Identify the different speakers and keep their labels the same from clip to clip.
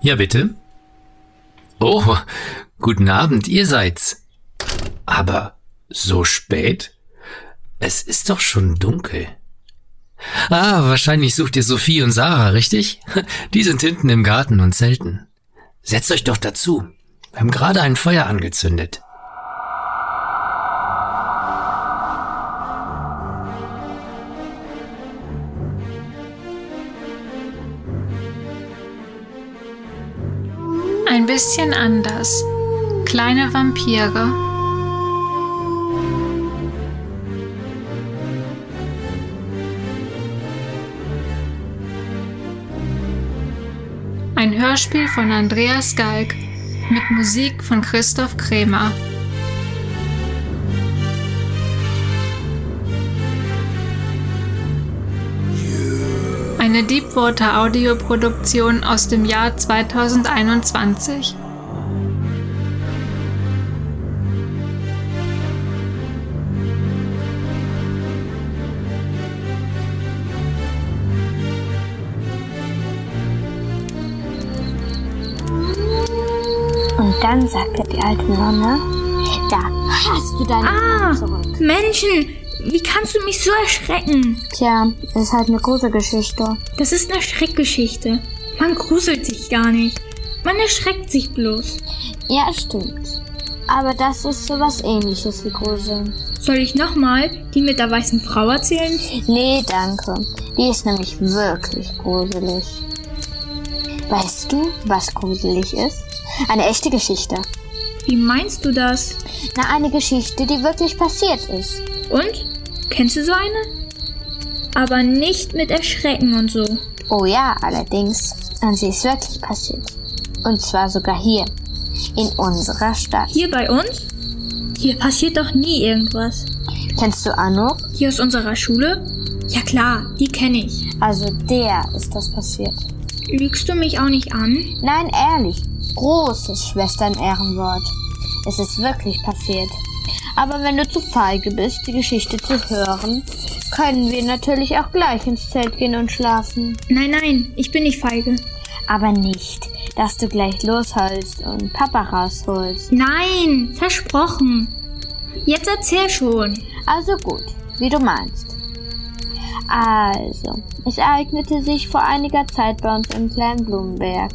Speaker 1: Ja, bitte. Oh, guten Abend, ihr seid's. Aber so spät? Es ist doch schon dunkel. Ah, wahrscheinlich sucht ihr Sophie und Sarah, richtig? Die sind hinten im Garten und selten. Setzt euch doch dazu. Wir haben gerade ein Feuer angezündet.
Speaker 2: Ein bisschen anders. Kleine Vampire. Ein Hörspiel von Andreas Galg mit Musik von Christoph Kremer. Eine Deepwater Audioproduktion aus dem Jahr 2021.
Speaker 3: Und dann sagte die alte Nonne, da hast du deine
Speaker 4: Ah.
Speaker 3: Uhr zurück.
Speaker 4: Menschen, wie kannst du mich so erschrecken?
Speaker 3: Tja, ist halt eine große Geschichte.
Speaker 4: Das ist eine Schreckgeschichte. Man gruselt sich gar nicht. Man erschreckt sich bloß.
Speaker 3: Ja, stimmt. Aber das ist sowas ähnliches wie Gruseln.
Speaker 4: Soll ich nochmal die mit der weißen Frau erzählen?
Speaker 3: Nee, danke. Die ist nämlich wirklich gruselig. Weißt du, was gruselig ist? Eine echte Geschichte.
Speaker 4: Wie meinst du das?
Speaker 3: Na, eine Geschichte, die wirklich passiert ist.
Speaker 4: Und? Kennst du so eine? Aber nicht mit Erschrecken und so.
Speaker 3: Oh ja, allerdings. Und sie ist wirklich passiert. Und zwar sogar hier. In unserer Stadt.
Speaker 4: Hier bei uns? Hier passiert doch nie irgendwas.
Speaker 3: Kennst du Anno?
Speaker 4: Die aus unserer Schule? Ja klar, die kenne ich.
Speaker 3: Also der ist das passiert.
Speaker 4: Lügst du mich auch nicht an?
Speaker 3: Nein, ehrlich. Großes Schwestern-Ehrenwort. Es ist wirklich passiert. Aber wenn du zu feige bist, die Geschichte zu hören, können wir natürlich auch gleich ins Zelt gehen und schlafen.
Speaker 4: Nein, nein, ich bin nicht feige.
Speaker 3: Aber nicht, dass du gleich losholst und Papa rausholst.
Speaker 4: Nein, versprochen. Jetzt erzähl schon.
Speaker 3: Also gut, wie du meinst. Also, es ereignete sich vor einiger Zeit bei uns im kleinen Blumenberg.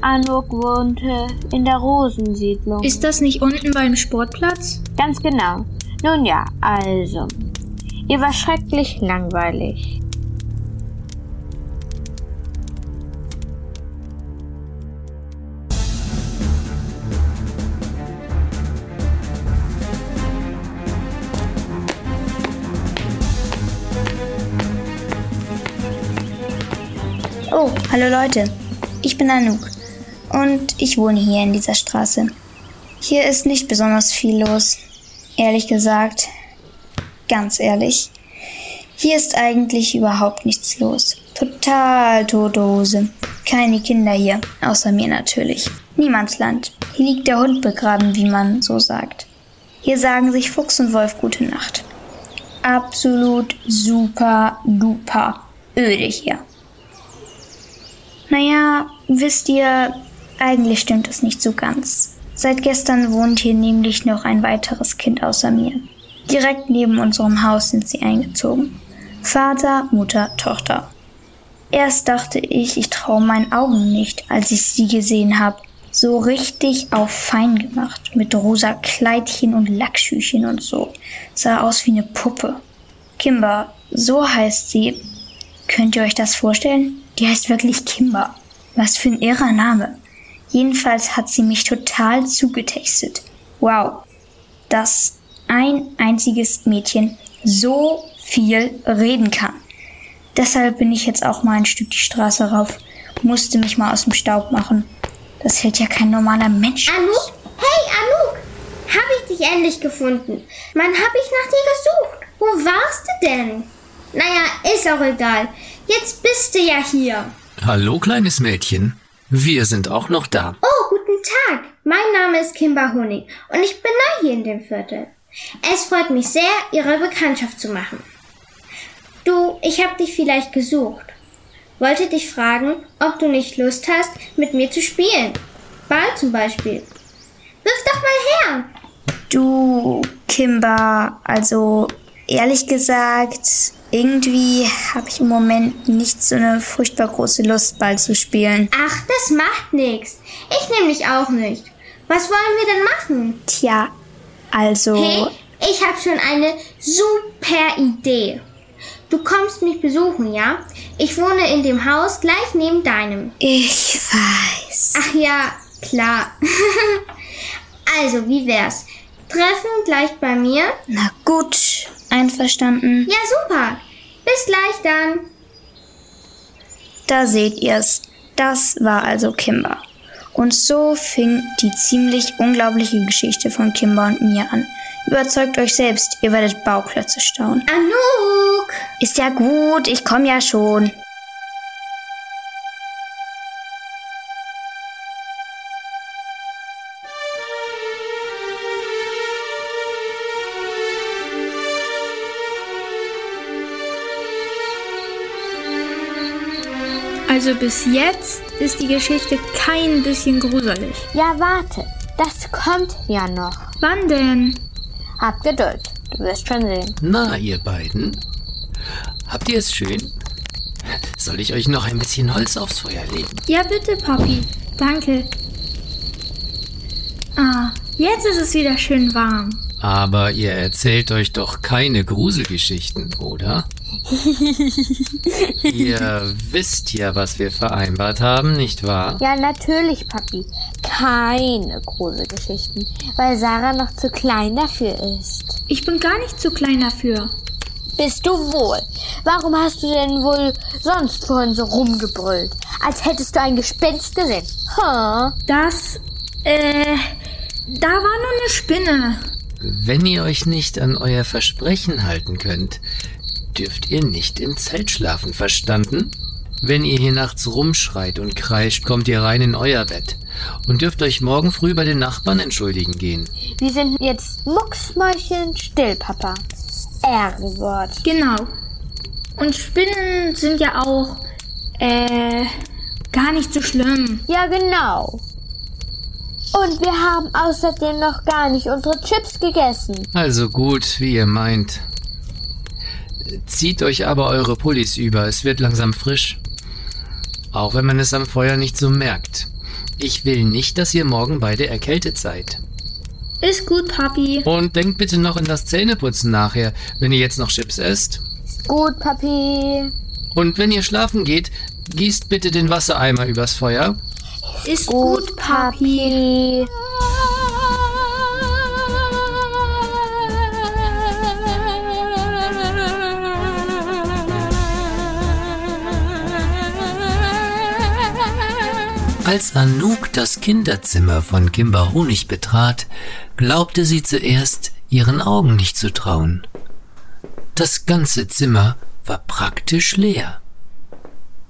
Speaker 3: Anuk wohnte in der Rosensiedlung.
Speaker 4: Ist das nicht unten beim Sportplatz?
Speaker 3: Ganz genau. Nun ja, also. Ihr war schrecklich langweilig.
Speaker 5: Oh, hallo Leute. Ich bin Anouk und ich wohne hier in dieser Straße. Hier ist nicht besonders viel los. Ehrlich gesagt, ganz ehrlich, hier ist eigentlich überhaupt nichts los. Total tote Hose. Keine Kinder hier, außer mir natürlich. Niemandsland. Hier liegt der Hund begraben, wie man so sagt. Hier sagen sich Fuchs und Wolf gute Nacht. Absolut super duper öde hier. Naja, wisst ihr, eigentlich stimmt es nicht so ganz. Seit gestern wohnt hier nämlich noch ein weiteres Kind außer mir. Direkt neben unserem Haus sind sie eingezogen. Vater, Mutter, Tochter. Erst dachte ich, ich traue meinen Augen nicht, als ich sie gesehen habe. So richtig auf fein gemacht, mit rosa Kleidchen und Lackschüchen und so. Sah aus wie eine Puppe. Kimber, so heißt sie. Könnt ihr euch das vorstellen? Die heißt wirklich Kimber. Was für ein irrer Name. Jedenfalls hat sie mich total zugetextet. Wow, dass ein einziges Mädchen so viel reden kann. Deshalb bin ich jetzt auch mal ein Stück die Straße rauf, musste mich mal aus dem Staub machen. Das hält ja kein normaler Mensch.
Speaker 6: Anouk? Hey, Anouk! Hab ich dich endlich gefunden. Man hab ich nach dir gesucht. Wo warst du denn? Naja, ist auch egal. Jetzt bist du ja hier.
Speaker 1: Hallo, kleines Mädchen. Wir sind auch noch da.
Speaker 6: Oh, guten Tag. Mein Name ist Kimber Honig und ich bin neu hier in dem Viertel. Es freut mich sehr, Ihre Bekanntschaft zu machen. Du, ich hab dich vielleicht gesucht. Wollte dich fragen, ob du nicht Lust hast, mit mir zu spielen. Ball zum Beispiel. Wirf doch mal her.
Speaker 5: Du, Kimber, also ehrlich gesagt, irgendwie habe ich im Moment nicht so eine furchtbar große Lust, Ball zu spielen.
Speaker 6: Ach, das macht nichts. Ich nämlich auch nicht. Was wollen wir denn machen?
Speaker 5: Tja, also.
Speaker 6: Hey, ich habe schon eine super Idee. Du kommst mich besuchen, ja? Ich wohne in dem Haus gleich neben deinem.
Speaker 5: Ich weiß.
Speaker 6: Ach ja, klar. also, wie wär's? Treffen gleich bei mir?
Speaker 5: Na gut, einverstanden.
Speaker 6: Ja, super. Bis gleich dann.
Speaker 5: Da seht ihr's. Das war also Kimber. Und so fing die ziemlich unglaubliche Geschichte von Kimber und mir an. Überzeugt euch selbst, ihr werdet Bauklötze staunen.
Speaker 6: Anouk!
Speaker 5: Ist ja gut, ich komm ja schon.
Speaker 4: Also bis jetzt ist die Geschichte kein bisschen gruselig.
Speaker 3: Ja, warte. Das kommt ja noch.
Speaker 4: Wann denn?
Speaker 3: Hab Geduld. Du wirst schon sehen.
Speaker 1: Na, ihr beiden. Habt ihr es schön? Soll ich euch noch ein bisschen Holz aufs Feuer legen?
Speaker 4: Ja, bitte, Poppy. Danke. Ah, jetzt ist es wieder schön warm.
Speaker 1: Aber ihr erzählt euch doch keine Gruselgeschichten, oder? ihr wisst ja, was wir vereinbart haben, nicht wahr?
Speaker 3: Ja, natürlich, Papi. Keine große Geschichten, weil Sarah noch zu klein dafür ist.
Speaker 4: Ich bin gar nicht zu klein dafür.
Speaker 3: Bist du wohl? Warum hast du denn wohl sonst vorhin so rumgebrüllt? Als hättest du ein Gespenst gesehen. Ha?
Speaker 4: Das, äh, da war nur eine Spinne.
Speaker 1: Wenn ihr euch nicht an euer Versprechen halten könnt, dürft ihr nicht im Zelt schlafen, verstanden? Wenn ihr hier nachts rumschreit und kreischt, kommt ihr rein in euer Bett und dürft euch morgen früh bei den Nachbarn entschuldigen gehen.
Speaker 3: Wir sind jetzt mucksmäuschen still, Papa. Ehrenwort.
Speaker 4: Genau. Und Spinnen sind ja auch, äh, gar nicht so schlimm.
Speaker 3: Ja, genau. Und wir haben außerdem noch gar nicht unsere Chips gegessen.
Speaker 1: Also gut, wie ihr meint. Zieht euch aber eure Pullis über, es wird langsam frisch. Auch wenn man es am Feuer nicht so merkt. Ich will nicht, dass ihr morgen beide erkältet seid.
Speaker 4: Ist gut, Papi.
Speaker 1: Und denkt bitte noch an das Zähneputzen nachher, wenn ihr jetzt noch Chips esst.
Speaker 3: Gut, Papi.
Speaker 1: Und wenn ihr schlafen geht, gießt bitte den Wassereimer übers Feuer.
Speaker 4: Ist gut, Papi.
Speaker 3: Papi.
Speaker 1: Als Anouk das Kinderzimmer von Kimber Honig betrat, glaubte sie zuerst, ihren Augen nicht zu trauen. Das ganze Zimmer war praktisch leer.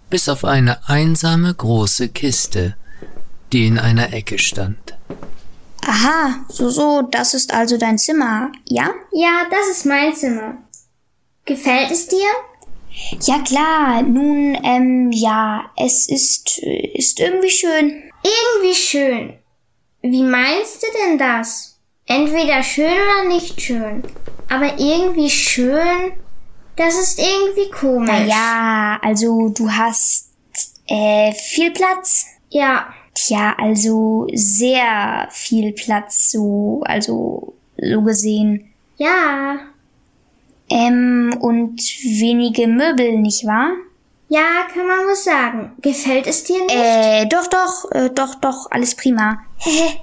Speaker 1: Bis auf eine einsame große Kiste, die in einer Ecke stand.
Speaker 5: Aha, so, so, das ist also dein Zimmer, ja?
Speaker 6: Ja, das ist mein Zimmer. Gefällt es dir?
Speaker 5: Ja klar, nun, ähm, ja, es ist, äh, ist irgendwie schön.
Speaker 6: Irgendwie schön. Wie meinst du denn das? Entweder schön oder nicht schön. Aber irgendwie schön, das ist irgendwie komisch.
Speaker 5: Naja, also du hast, äh, viel Platz.
Speaker 6: Ja,
Speaker 5: Tja, also sehr viel Platz, so, also, so gesehen.
Speaker 6: ja,
Speaker 5: Ähm, und wenige Möbel, nicht wahr?
Speaker 6: ja, kann man wohl sagen. Gefällt es dir nicht?
Speaker 5: Äh, doch, doch, äh, doch, doch, alles prima.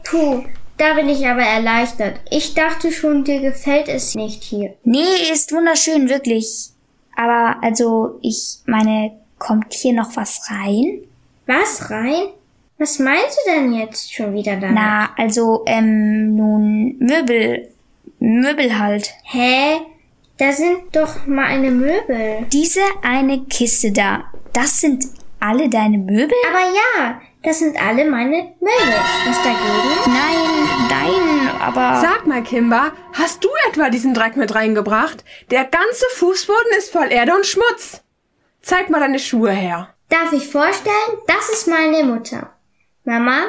Speaker 6: Puh, da bin ich aber erleichtert. Ich dachte schon, dir gefällt es nicht hier.
Speaker 5: Nee, ist wunderschön, wirklich. Aber, also, ich meine, kommt hier noch was rein?
Speaker 6: Was rein? Was meinst du denn jetzt schon wieder damit?
Speaker 5: Na, also, ähm, nun, Möbel. Möbel halt.
Speaker 6: Hä? Da sind doch meine Möbel.
Speaker 5: Diese eine Kiste da, das sind alle deine Möbel?
Speaker 6: Aber ja, das sind alle meine Möbel. Was dagegen?
Speaker 5: Nein, nein, aber.
Speaker 7: Sag mal, Kimber, hast du etwa diesen Dreck mit reingebracht? Der ganze Fußboden ist voll Erde und Schmutz. Zeig mal deine Schuhe her.
Speaker 6: Darf ich vorstellen, das ist meine Mutter. Mama,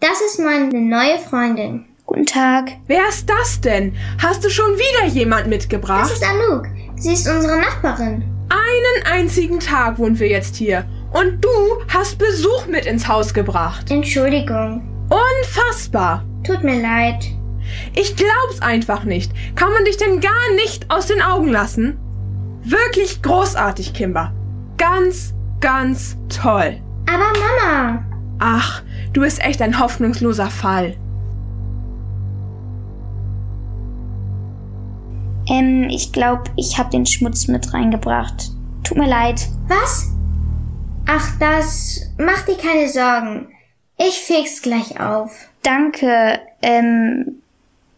Speaker 6: das ist meine neue Freundin.
Speaker 5: Guten Tag.
Speaker 7: Wer ist das denn? Hast du schon wieder jemand
Speaker 6: Das
Speaker 7: mitgebracht?
Speaker 6: ist Anouk. Sie ist unsere Nachbarin.
Speaker 7: Einen einzigen Tag wohnen wir jetzt hier. Und du hast Besuch mit ins Haus gebracht.
Speaker 6: Entschuldigung.
Speaker 7: Unfassbar.
Speaker 6: Tut mir leid.
Speaker 7: Ich glaub's einfach nicht. Kann man dich denn gar nicht aus den Augen lassen? Wirklich großartig, Kimber. Ganz, ganz toll.
Speaker 6: Aber Mama.
Speaker 7: Ach, du bist echt ein hoffnungsloser Fall.
Speaker 5: Ähm, ich glaube, ich habe den Schmutz mit reingebracht. Tut mir leid.
Speaker 6: Was? Ach, das. Mach dir keine Sorgen. Ich feg's gleich auf.
Speaker 5: Danke. Ähm,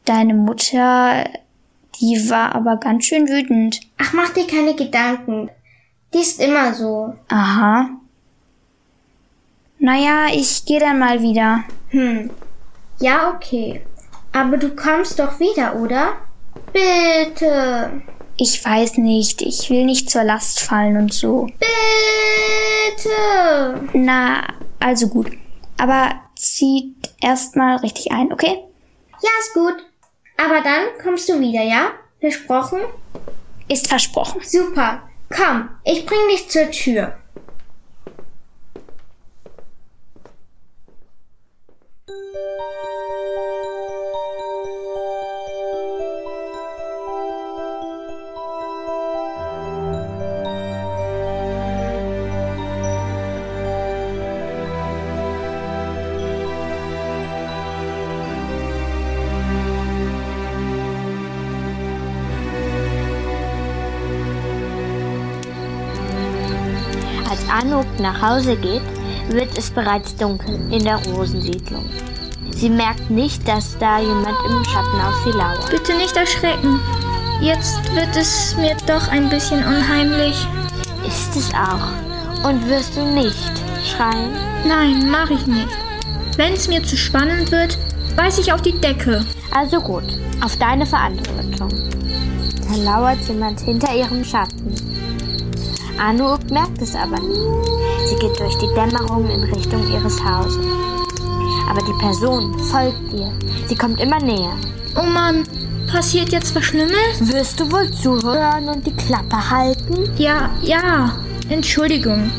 Speaker 5: deine Mutter, die war aber ganz schön wütend.
Speaker 6: Ach, mach dir keine Gedanken. Die ist immer so.
Speaker 5: Aha. Naja, ich gehe dann mal wieder.
Speaker 6: Hm. Ja, okay. Aber du kommst doch wieder, oder? Bitte.
Speaker 5: Ich weiß nicht, ich will nicht zur Last fallen und so.
Speaker 6: Bitte.
Speaker 5: Na, also gut. Aber zieht erstmal richtig ein, okay?
Speaker 6: Ja, ist gut. Aber dann kommst du wieder, ja? Versprochen?
Speaker 5: Ist versprochen.
Speaker 6: Super. Komm, ich bring dich zur Tür.
Speaker 3: Als Anouk nach Hause geht, wird es bereits dunkel in der Rosensiedlung. Sie merkt nicht, dass da jemand im Schatten auf sie lauert.
Speaker 4: Bitte nicht erschrecken. Jetzt wird es mir doch ein bisschen unheimlich.
Speaker 3: Ist es auch. Und wirst du nicht schreien?
Speaker 4: Nein, mache ich nicht. Wenn es mir zu spannend wird, beiß ich auf die Decke.
Speaker 3: Also gut, auf deine Verantwortung. Da lauert jemand hinter ihrem Schatten. Anouk merkt es aber nicht. Sie geht durch die Dämmerung in Richtung ihres Hauses. Aber die Person folgt ihr. Sie kommt immer näher.
Speaker 4: Oh Mann, passiert jetzt was Schlimmes?
Speaker 3: Wirst du wohl zuhören und die Klappe halten?
Speaker 4: Ja, ja. Entschuldigung.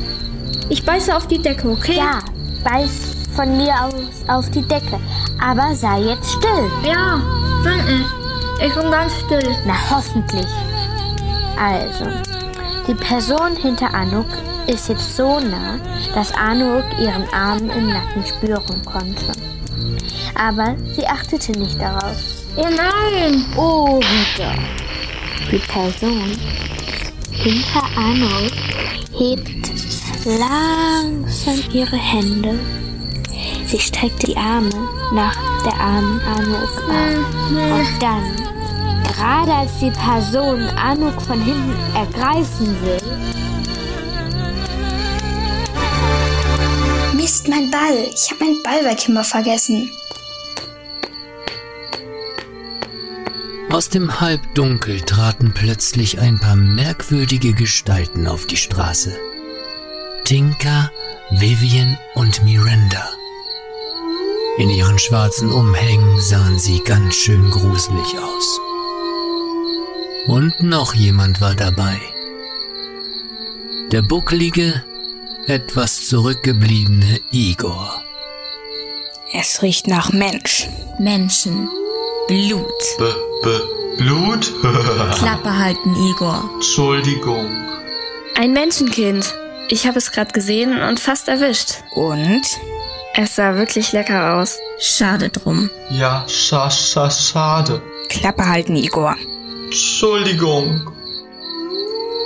Speaker 4: Ich beiße auf die Decke, okay?
Speaker 3: Ja, beiß von mir aus auf die Decke. Aber sei jetzt still.
Speaker 4: Ja, bin ich. Ich bin ganz still.
Speaker 3: Na, hoffentlich. Also, die Person hinter Anuk ist jetzt so nah, dass Anuk ihren Arm im Nacken spüren konnte. Aber sie achtete nicht darauf.
Speaker 4: Oh nein!
Speaker 3: Oh, Güte. Die Person hinter Arnold hebt langsam ihre Hände. Sie streckte die Arme nach der armen Anuk aus. Und dann, gerade als die Person Anuk von hinten ergreifen will,
Speaker 5: Mist, mein Ball. Ich habe meinen Ball bei Kimber vergessen.
Speaker 1: Aus dem Halbdunkel traten plötzlich ein paar merkwürdige Gestalten auf die Straße. Tinka, Vivian und Miranda. In ihren schwarzen Umhängen sahen sie ganz schön gruselig aus. Und noch jemand war dabei. Der bucklige, etwas zurückgebliebene Igor.
Speaker 8: Es riecht nach Mensch.
Speaker 9: Menschen. Blut.
Speaker 10: B -b Blut?
Speaker 9: Klappe halten, Igor.
Speaker 10: Entschuldigung.
Speaker 11: Ein Menschenkind. Ich habe es gerade gesehen und fast erwischt.
Speaker 8: Und?
Speaker 11: Es sah wirklich lecker aus.
Speaker 9: Schade drum.
Speaker 10: Ja, scha scha schade.
Speaker 8: Klappe halten, Igor.
Speaker 10: Entschuldigung.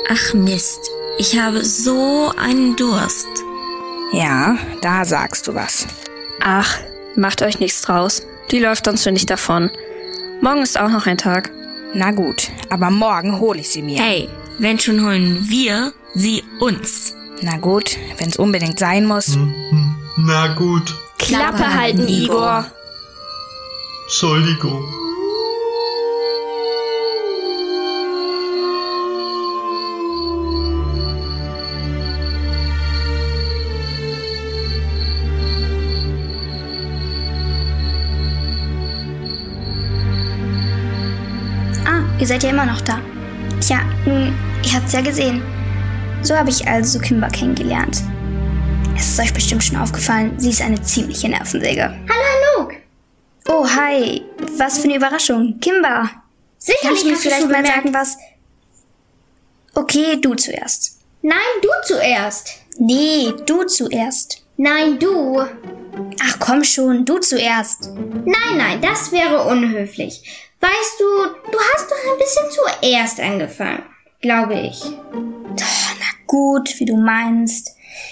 Speaker 9: Ach Mist. Ich habe so einen Durst.
Speaker 8: Ja, da sagst du was.
Speaker 11: Ach, macht euch nichts draus. Die läuft uns schon nicht davon. Morgen ist auch noch ein Tag.
Speaker 8: Na gut, aber morgen hole ich sie mir.
Speaker 9: Hey, wenn schon holen wir sie uns.
Speaker 8: Na gut, wenn's unbedingt sein muss.
Speaker 10: Hm, Na gut.
Speaker 11: Klappe, halten, Igor.
Speaker 10: Entschuldigung.
Speaker 5: Ah, Ihr seid ja immer noch da. Tja, nun, ihr habt's ja gesehen. So habe ich also Kimber kennengelernt. Es ist euch bestimmt schon aufgefallen, sie ist eine ziemliche Nervensäge.
Speaker 6: Hallo, Anouk.
Speaker 5: Oh, hi. Was für eine Überraschung. Kimber.
Speaker 6: Sicherlich
Speaker 5: Kannst du mir
Speaker 6: hast du's
Speaker 5: vielleicht
Speaker 6: schon
Speaker 5: mal
Speaker 6: gemerkt.
Speaker 5: sagen, was... Okay, du zuerst.
Speaker 6: Nein, du zuerst.
Speaker 5: Nee, du zuerst.
Speaker 6: Nein, du.
Speaker 5: Ach komm schon, du zuerst.
Speaker 6: Nein, nein, das wäre unhöflich. Weißt du, du hast doch ein bisschen zuerst angefangen, glaube ich.
Speaker 5: Gut, wie du meinst.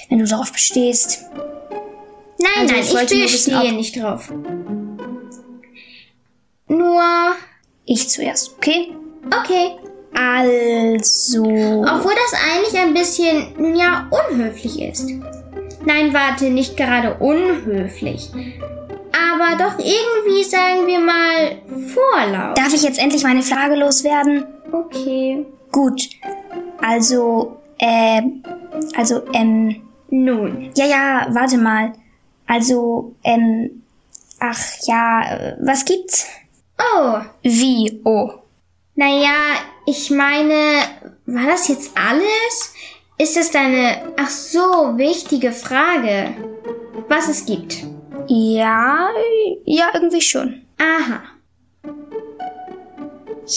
Speaker 5: Wenn du darauf bestehst.
Speaker 6: Nein,
Speaker 5: Also,
Speaker 6: nein,
Speaker 5: ich
Speaker 6: ich,
Speaker 5: wollte nur wissen,
Speaker 6: bestehe
Speaker 5: ob-
Speaker 6: nicht drauf. Nur.
Speaker 5: Ich zuerst, okay?
Speaker 6: Okay.
Speaker 5: Also.
Speaker 6: Obwohl das eigentlich ein bisschen, nun ja, unhöflich ist. Nein, warte, nicht gerade unhöflich. Aber doch irgendwie, sagen wir mal, vorlaut.
Speaker 5: Darf ich jetzt endlich meine Frage loswerden?
Speaker 6: Okay.
Speaker 5: Gut. Also, äh, also, ähm.
Speaker 6: Nun.
Speaker 5: Ja, ja, warte mal. Also, ähm. Ach ja, äh, was gibt's?
Speaker 6: Oh,
Speaker 5: Wie? Oh.
Speaker 6: naja, ich meine, war das jetzt alles? Ist das deine, ach so, wichtige Frage? Was es gibt?
Speaker 5: Ja, ja, irgendwie schon.
Speaker 6: Aha.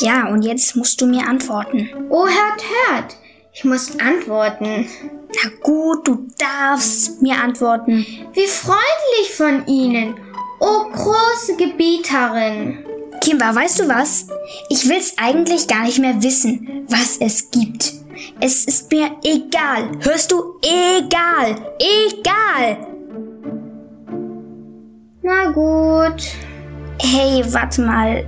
Speaker 5: Ja, und jetzt musst du mir antworten.
Speaker 6: Oh, hört, hört. Ich muss antworten.
Speaker 5: Na gut, du darfst mir antworten.
Speaker 6: Wie freundlich von Ihnen. Oh, große Gebieterin.
Speaker 5: Kimba, weißt du was? Ich will's eigentlich gar nicht mehr wissen, was es gibt. Es ist mir egal. Hörst du? Egal. Egal.
Speaker 6: Na gut.
Speaker 5: Hey, warte mal.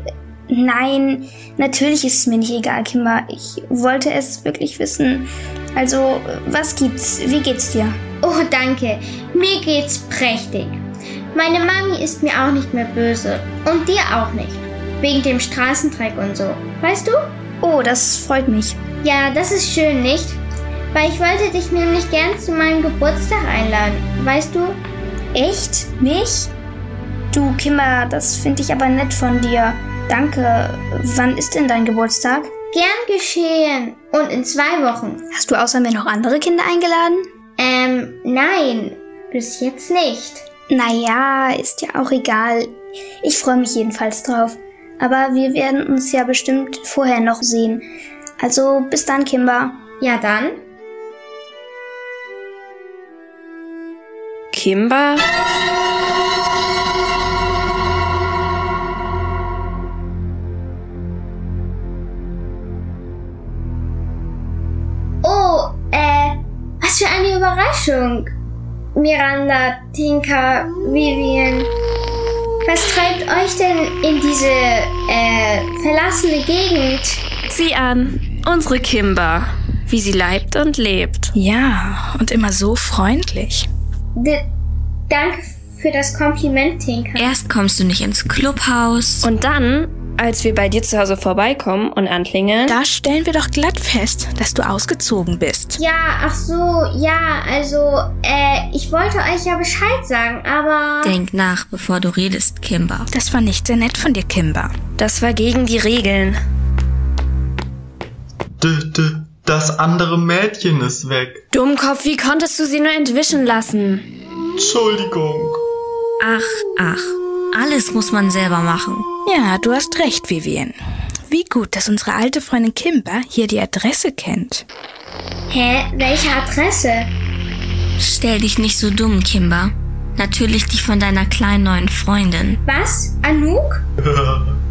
Speaker 5: Nein, natürlich ist es mir nicht egal, Kimba. Ich wollte es wirklich wissen. Also, was gibt's? Wie geht's dir?
Speaker 6: Oh, danke. Mir geht's prächtig. Meine Mami ist mir auch nicht mehr böse. Und dir auch nicht. Wegen dem Straßendreck und so. Weißt du?
Speaker 5: Oh, das freut mich.
Speaker 6: Ja, das ist schön, nicht? Weil ich wollte dich nämlich gern zu meinem Geburtstag einladen. Weißt du?
Speaker 5: Echt? Mich? Du, Kimba, das finde ich aber nett von dir. Danke. Wann ist denn dein Geburtstag?
Speaker 6: Gern geschehen. Und in zwei Wochen.
Speaker 5: Hast du außer mir noch andere Kinder eingeladen?
Speaker 6: Ähm, nein. Bis jetzt nicht.
Speaker 5: Naja, ist ja auch egal. Ich freue mich jedenfalls drauf. Aber wir werden uns ja bestimmt vorher noch sehen. Also bis dann, Kimber.
Speaker 6: Ja, dann.
Speaker 11: Kimber?
Speaker 6: Oh, äh, was für eine Überraschung. Miranda, Tinka, Vivian. Was treibt euch denn in diese äh, verlassene Gegend?
Speaker 11: Sieh an, unsere Kimber, wie sie leibt und lebt.
Speaker 8: Ja, und immer so freundlich.
Speaker 6: D Danke für das Kompliment, Tinka.
Speaker 9: Erst kommst du nicht ins Clubhaus.
Speaker 11: Und dann, als wir bei dir zu Hause vorbeikommen und anklingeln,
Speaker 8: Da stellen wir doch glatt fest, dass du ausgezogen bist.
Speaker 6: Ja, ach so, ja, also, äh, ich wollte euch ja Bescheid sagen, aber.
Speaker 9: Denk nach, bevor du redest, Kimber.
Speaker 8: Das war nicht sehr nett von dir, Kimber.
Speaker 11: das war gegen die Regeln.
Speaker 10: D -d das andere Mädchen ist weg.
Speaker 11: Dummkopf, wie konntest du sie nur entwischen lassen?
Speaker 10: Entschuldigung.
Speaker 9: Ach, ach. Alles muss man selber machen.
Speaker 8: Ja, du hast recht, Vivien. Wie gut, dass unsere alte Freundin Kimber hier die Adresse kennt.
Speaker 6: Hä? Welche Adresse?
Speaker 9: Stell dich nicht so dumm, Kimber. Natürlich die von deiner kleinen neuen Freundin.
Speaker 6: Was? Anouk?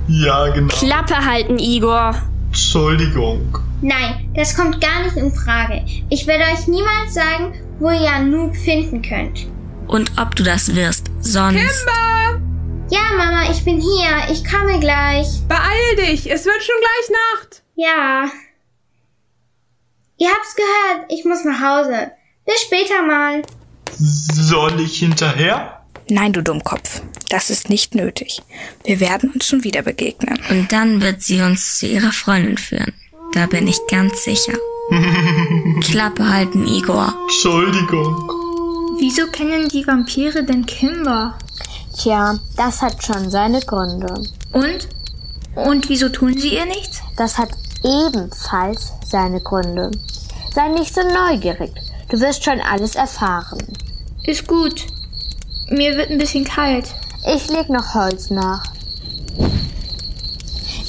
Speaker 10: ja, genau.
Speaker 11: Klappe halten, Igor.
Speaker 10: Entschuldigung.
Speaker 6: Nein, das kommt gar nicht in Frage. Ich werde euch niemals sagen, wo ihr Anouk finden könnt.
Speaker 9: Und ob du das wirst, sonst.
Speaker 7: Kimber,
Speaker 6: Ja, Mama, ich bin hier. Ich komme gleich.
Speaker 7: beeil dich. Es wird schon gleich Nacht.
Speaker 6: Ja. Ihr habt's gehört. Ich muss nach Hause. Bis später mal.
Speaker 10: Soll ich hinterher?
Speaker 8: Nein, du Dummkopf. Das ist nicht nötig. Wir werden uns schon wieder begegnen.
Speaker 9: Und dann wird sie uns zu ihrer Freundin führen. Da bin ich ganz sicher. Klappe halten, Igor.
Speaker 10: Entschuldigung.
Speaker 4: Wieso kennen die Vampire denn Kimber?
Speaker 3: Tja, das hat schon seine Gründe.
Speaker 4: Und?
Speaker 5: Und wieso tun Sie ihr nichts?
Speaker 3: Das hat ebenfalls seine Gründe. Sei nicht so neugierig. Du wirst schon alles erfahren.
Speaker 5: Ist gut. Mir wird ein bisschen kalt.
Speaker 3: Ich leg noch Holz nach.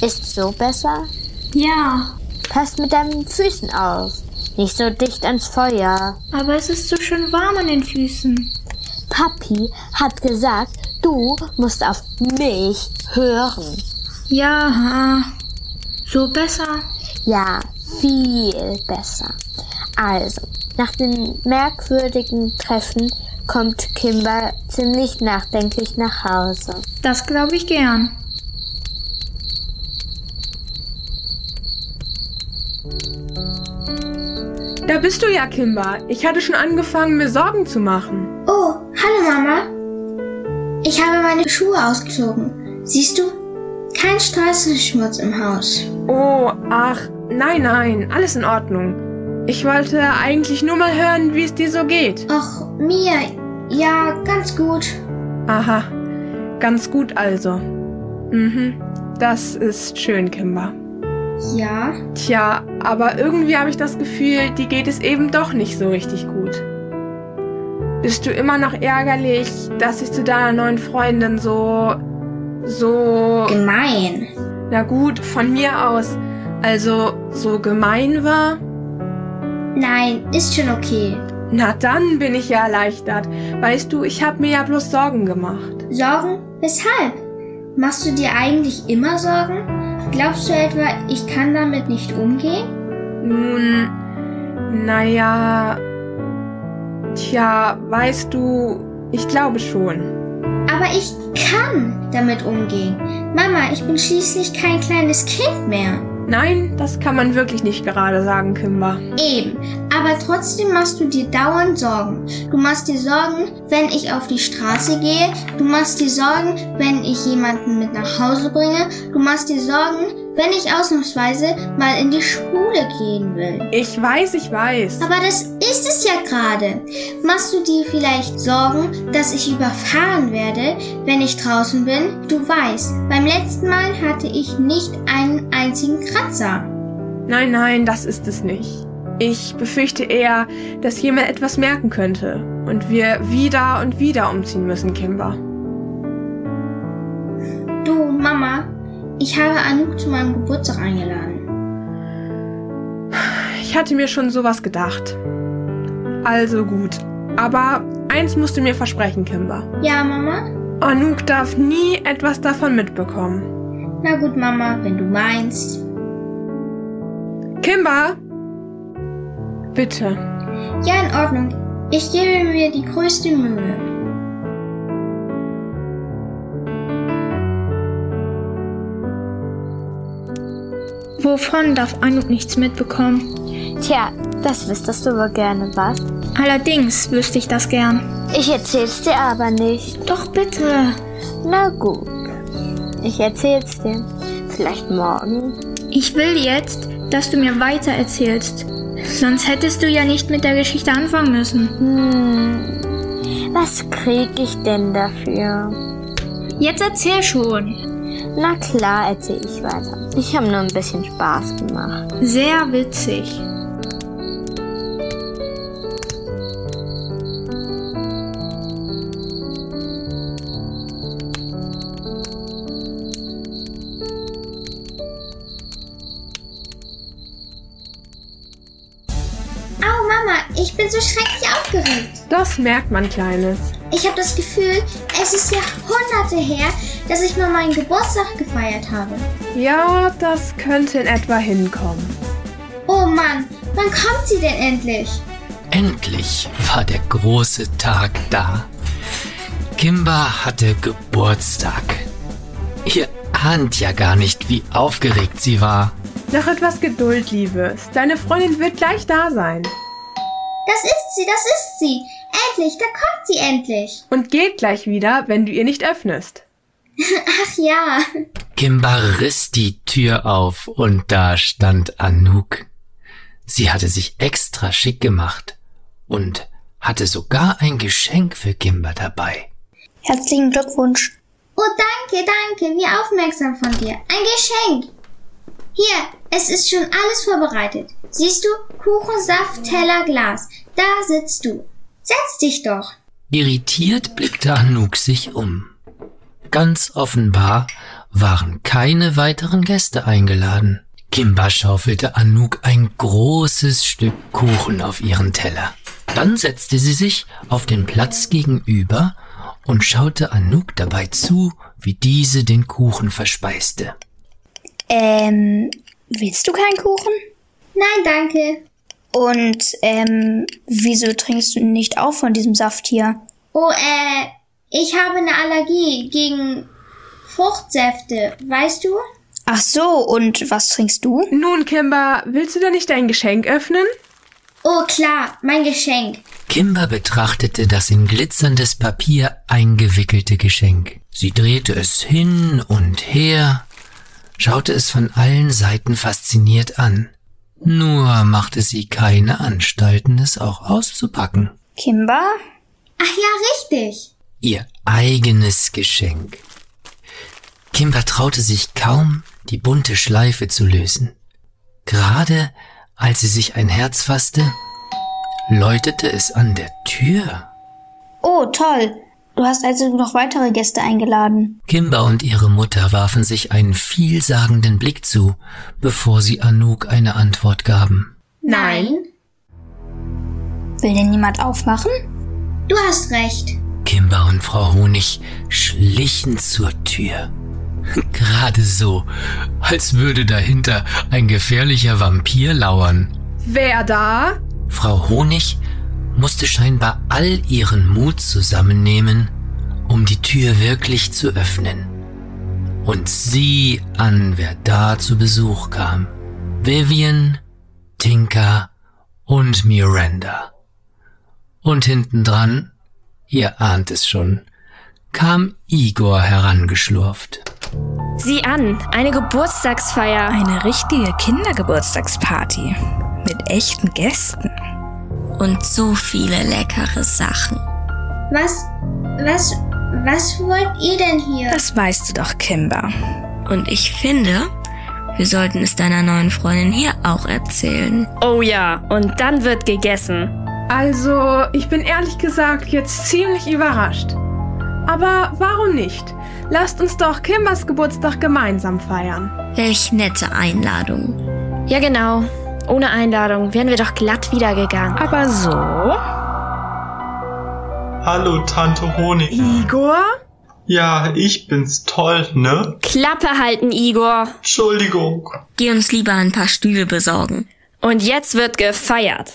Speaker 3: Ist so besser?
Speaker 5: Ja,
Speaker 3: Pass mit deinen Füßen auf. Nicht so dicht ans Feuer.
Speaker 5: aber es ist so schön warm an den Füßen.
Speaker 3: Papi hat gesagt, du musst auf mich hören.
Speaker 5: Ja, so besser.
Speaker 3: Ja, viel besser. Also, nach dem merkwürdigen Treffen kommt Kimber ziemlich nachdenklich nach Hause.
Speaker 5: Das glaube ich gern.
Speaker 7: Da bist du ja, Kimber. Ich hatte schon angefangen, mir Sorgen zu machen.
Speaker 6: Oh, hallo Mama. Ich habe meine Schuhe ausgezogen. Siehst du? Kein Straßenschmutz im Haus.
Speaker 7: Oh, ach, nein, nein, alles in Ordnung. Ich wollte eigentlich nur mal hören, wie es dir so geht.
Speaker 6: Ach, mir, ja, ganz gut.
Speaker 7: Aha, ganz gut also. Mhm, das ist schön, Kimber.
Speaker 6: Ja,
Speaker 7: Tja, aber irgendwie habe ich das Gefühl, dir geht es eben doch nicht so richtig gut. Bist du immer noch ärgerlich, dass ich zu deiner neuen Freundin so. so.
Speaker 6: gemein.
Speaker 7: Na gut, von mir aus. Also, so gemein war?
Speaker 6: Nein, ist schon okay.
Speaker 7: Na dann bin ich ja erleichtert. Weißt du, ich habe mir ja bloß Sorgen gemacht.
Speaker 6: Sorgen? Weshalb? Machst du dir eigentlich immer Sorgen? Glaubst du etwa, ich kann damit nicht umgehen?
Speaker 7: Nun, naja. Tja, weißt du, ich glaube schon.
Speaker 6: Aber ich kann damit umgehen. Mama, ich bin schließlich kein kleines Kind mehr.
Speaker 7: Nein, das kann man wirklich nicht gerade sagen, Kimber.
Speaker 6: Eben, aber trotzdem machst du dir dauernd Sorgen. Du machst dir Sorgen, wenn ich auf die Straße gehe. Du machst dir Sorgen, wenn ich jemanden mit nach Hause bringe. Du machst dir Sorgen, wenn ich ausnahmsweise mal in die Schule gehen will.
Speaker 7: Ich weiß, ich weiß.
Speaker 6: Aber das ist es ja gerade. Machst du dir vielleicht Sorgen, dass ich überfahren werde, wenn ich draußen bin? Du weißt, beim letzten Mal hatte ich nicht einen einzigen Kratzer.
Speaker 7: Nein, nein, das ist es nicht. Ich befürchte eher, dass jemand etwas merken könnte und wir wieder und wieder umziehen müssen, Kimber.
Speaker 6: Du, Mama, ich habe Anouk zu meinem Geburtstag eingeladen.
Speaker 7: Ich hatte mir schon sowas gedacht. Also gut. Aber eins musst du mir versprechen, Kimber.
Speaker 6: Ja, Mama?
Speaker 7: Anouk darf nie etwas davon mitbekommen.
Speaker 6: Na gut, Mama, wenn du meinst.
Speaker 7: Kimber! Bitte.
Speaker 6: Ja, in Ordnung. Ich gebe mir die größte Mühe.
Speaker 5: Wovon darf Anuk nichts mitbekommen?
Speaker 3: Tja, das wüsstest du wohl gerne was.
Speaker 5: Allerdings wüsste ich das gern.
Speaker 3: Ich erzähl's dir aber nicht.
Speaker 5: Doch bitte.
Speaker 3: Na gut. Ich erzähl's dir. Vielleicht morgen.
Speaker 5: Ich will jetzt, dass du mir weiter erzählst. Sonst hättest du ja nicht mit der Geschichte anfangen müssen.
Speaker 3: Hm. Was krieg ich denn dafür?
Speaker 5: Jetzt erzähl schon.
Speaker 3: Na klar, erzähl ich weiter. Ich habe nur ein bisschen Spaß gemacht.
Speaker 5: Sehr witzig.
Speaker 6: Au, Mama, ich bin so schrecklich aufgeregt.
Speaker 7: Das merkt man, Kleines.
Speaker 6: Ich habe das Gefühl, es ist Jahrhunderte her, dass ich mal meinen Geburtstag gefeiert habe.
Speaker 7: Ja, das könnte in etwa hinkommen.
Speaker 6: Oh Mann, wann kommt sie denn endlich?
Speaker 1: Endlich war der große Tag da. Kimber hatte Geburtstag. Ihr ahnt ja gar nicht, wie aufgeregt sie war.
Speaker 7: Noch etwas Geduld, Liebes. Deine Freundin wird gleich da sein.
Speaker 6: Das ist sie, das ist sie. Endlich, da kommt sie endlich.
Speaker 7: Und geht gleich wieder, wenn du ihr nicht öffnest.
Speaker 6: Ach ja.
Speaker 1: Kimber riss die Tür auf und da stand Anouk. Sie hatte sich extra schick gemacht und hatte sogar ein Geschenk für Kimber dabei.
Speaker 5: Herzlichen Glückwunsch.
Speaker 6: Oh, danke. Danke, danke, wie aufmerksam von dir. Ein Geschenk. Hier, es ist schon alles vorbereitet. Siehst du? Kuchen, Saft, Teller, Glas. Da sitzt du. Setz dich doch.
Speaker 1: Irritiert blickte Anouk sich um. Ganz offenbar waren keine weiteren Gäste eingeladen. Kimba schaufelte Anouk ein großes Stück Kuchen auf ihren Teller. Dann setzte sie sich auf den Platz gegenüber und schaute Anouk dabei zu, wie diese den Kuchen verspeiste.
Speaker 5: Ähm, willst du keinen Kuchen?
Speaker 6: Nein, danke.
Speaker 5: Und, ähm, wieso trinkst du nicht auch von diesem Saft hier?
Speaker 6: Oh, äh, ich habe eine Allergie gegen Fruchtsäfte, weißt du?
Speaker 5: Ach so, und was trinkst du?
Speaker 7: Nun, Kimber, willst du denn nicht dein Geschenk öffnen?
Speaker 6: Oh klar, mein Geschenk.
Speaker 1: Kimber betrachtete das in glitzerndes Papier eingewickelte Geschenk. Sie drehte es hin und her, schaute es von allen Seiten fasziniert an. Nur machte sie keine Anstalten, es auch auszupacken.
Speaker 5: Kimber?
Speaker 6: Ach ja, richtig.
Speaker 1: Ihr eigenes Geschenk. Kimber traute sich kaum, die bunte Schleife zu lösen. Gerade als sie sich ein Herz fasste, läutete es an der Tür.
Speaker 5: Oh, toll. Du hast also noch weitere Gäste eingeladen.
Speaker 1: Kimber und ihre Mutter warfen sich einen vielsagenden Blick zu, bevor sie Anouk eine Antwort gaben.
Speaker 6: Nein.
Speaker 5: Will denn niemand aufmachen?
Speaker 6: Du hast recht.
Speaker 1: Kimber und Frau Honig schlichen zur Tür. Gerade so, als würde dahinter ein gefährlicher Vampir lauern.
Speaker 7: Wer da?
Speaker 1: Frau Honig musste scheinbar all ihren Mut zusammennehmen, um die Tür wirklich zu öffnen. Und sieh an, wer da zu Besuch kam. Vivian, Tinka und Miranda. Und hintendran, ihr ahnt es schon, kam Igor herangeschlurft.
Speaker 12: Sieh an, eine Geburtstagsfeier.
Speaker 8: Eine richtige Kindergeburtstagsparty. Mit echten Gästen.
Speaker 9: Und so viele leckere Sachen.
Speaker 6: Was, was, was wollt ihr denn hier?
Speaker 8: Das weißt du doch, Kimber.
Speaker 9: Und ich finde, wir sollten es deiner neuen Freundin hier auch erzählen.
Speaker 12: Oh ja, und dann wird gegessen.
Speaker 7: Also, ich bin ehrlich gesagt jetzt ziemlich überrascht. Aber warum nicht? Lasst uns doch Kimbers Geburtstag gemeinsam feiern.
Speaker 9: Welch nette Einladung.
Speaker 12: Ja, genau. Ohne Einladung wären wir doch glatt wiedergegangen.
Speaker 8: Aber so?
Speaker 10: Hallo, Tante Honig.
Speaker 7: Igor?
Speaker 10: Ja, ich bin's toll, ne?
Speaker 12: Klappe halten, Igor.
Speaker 10: Entschuldigung.
Speaker 9: Geh uns lieber ein paar Stühle besorgen.
Speaker 12: Und jetzt wird gefeiert.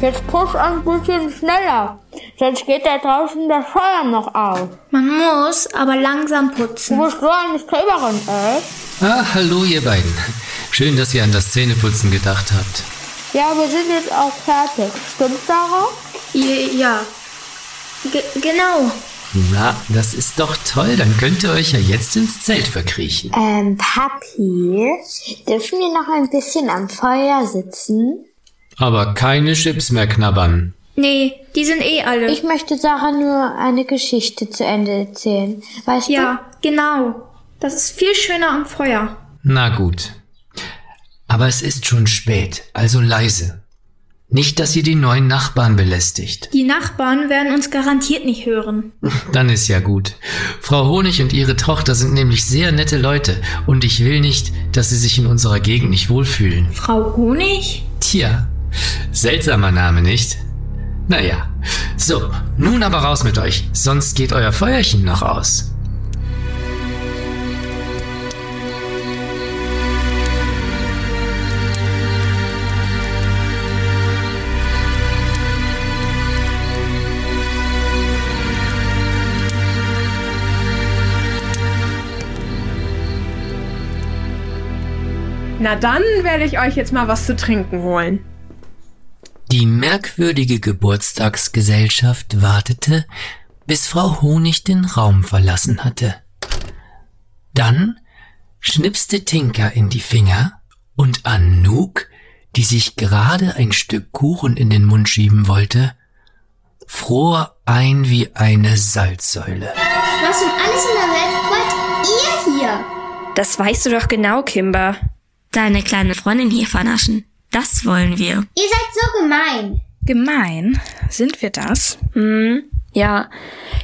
Speaker 3: Jetzt push ein bisschen schneller, sonst geht da draußen das Feuer noch aus.
Speaker 4: Man muss aber langsam putzen.
Speaker 3: Du bist so eine Streberin, ey.
Speaker 1: Ah, hallo ihr beiden. Schön, dass ihr an das Zähneputzen gedacht habt.
Speaker 3: Ja, wir sind jetzt auch fertig. Stimmt, Sarah?
Speaker 4: Je- Ja. Ge- genau.
Speaker 1: Na, das ist doch toll. Dann könnt ihr euch ja jetzt ins Zelt verkriechen.
Speaker 3: Ähm, Papi, dürfen wir noch ein bisschen am Feuer sitzen?
Speaker 1: Aber keine Chips mehr knabbern.
Speaker 4: Nee, die sind eh alle.
Speaker 3: Ich möchte Sarah nur eine Geschichte zu Ende erzählen. Weißt
Speaker 4: ja, genau. Das ist viel schöner am Feuer.
Speaker 1: Na gut. Aber es ist schon spät, also leise. Nicht, dass ihr die neuen Nachbarn belästigt.
Speaker 4: Die Nachbarn werden uns garantiert nicht hören.
Speaker 1: Dann ist ja gut. Frau Honig und ihre Tochter sind nämlich sehr nette Leute und ich will nicht, dass sie sich in unserer Gegend nicht wohlfühlen.
Speaker 4: Frau Honig?
Speaker 1: Tja, seltsamer Name, nicht? Naja, so, nun aber raus mit euch, sonst geht euer Feuerchen noch aus.
Speaker 7: Na dann werde ich euch jetzt mal was zu trinken holen.
Speaker 1: Die merkwürdige Geburtstagsgesellschaft wartete, bis Frau Honig den Raum verlassen hatte. Dann schnipste Tinka in die Finger und Anouk, die sich gerade ein Stück Kuchen in den Mund schieben wollte, fror ein wie eine Salzsäule.
Speaker 6: Was um alles in der Welt wollt ihr hier?
Speaker 13: Das weißt du doch genau, Kimber.
Speaker 4: Deine kleine Freundin hier vernaschen. Das wollen wir.
Speaker 6: Ihr seid so gemein.
Speaker 7: Gemein? Sind wir das?
Speaker 13: Hm, ja.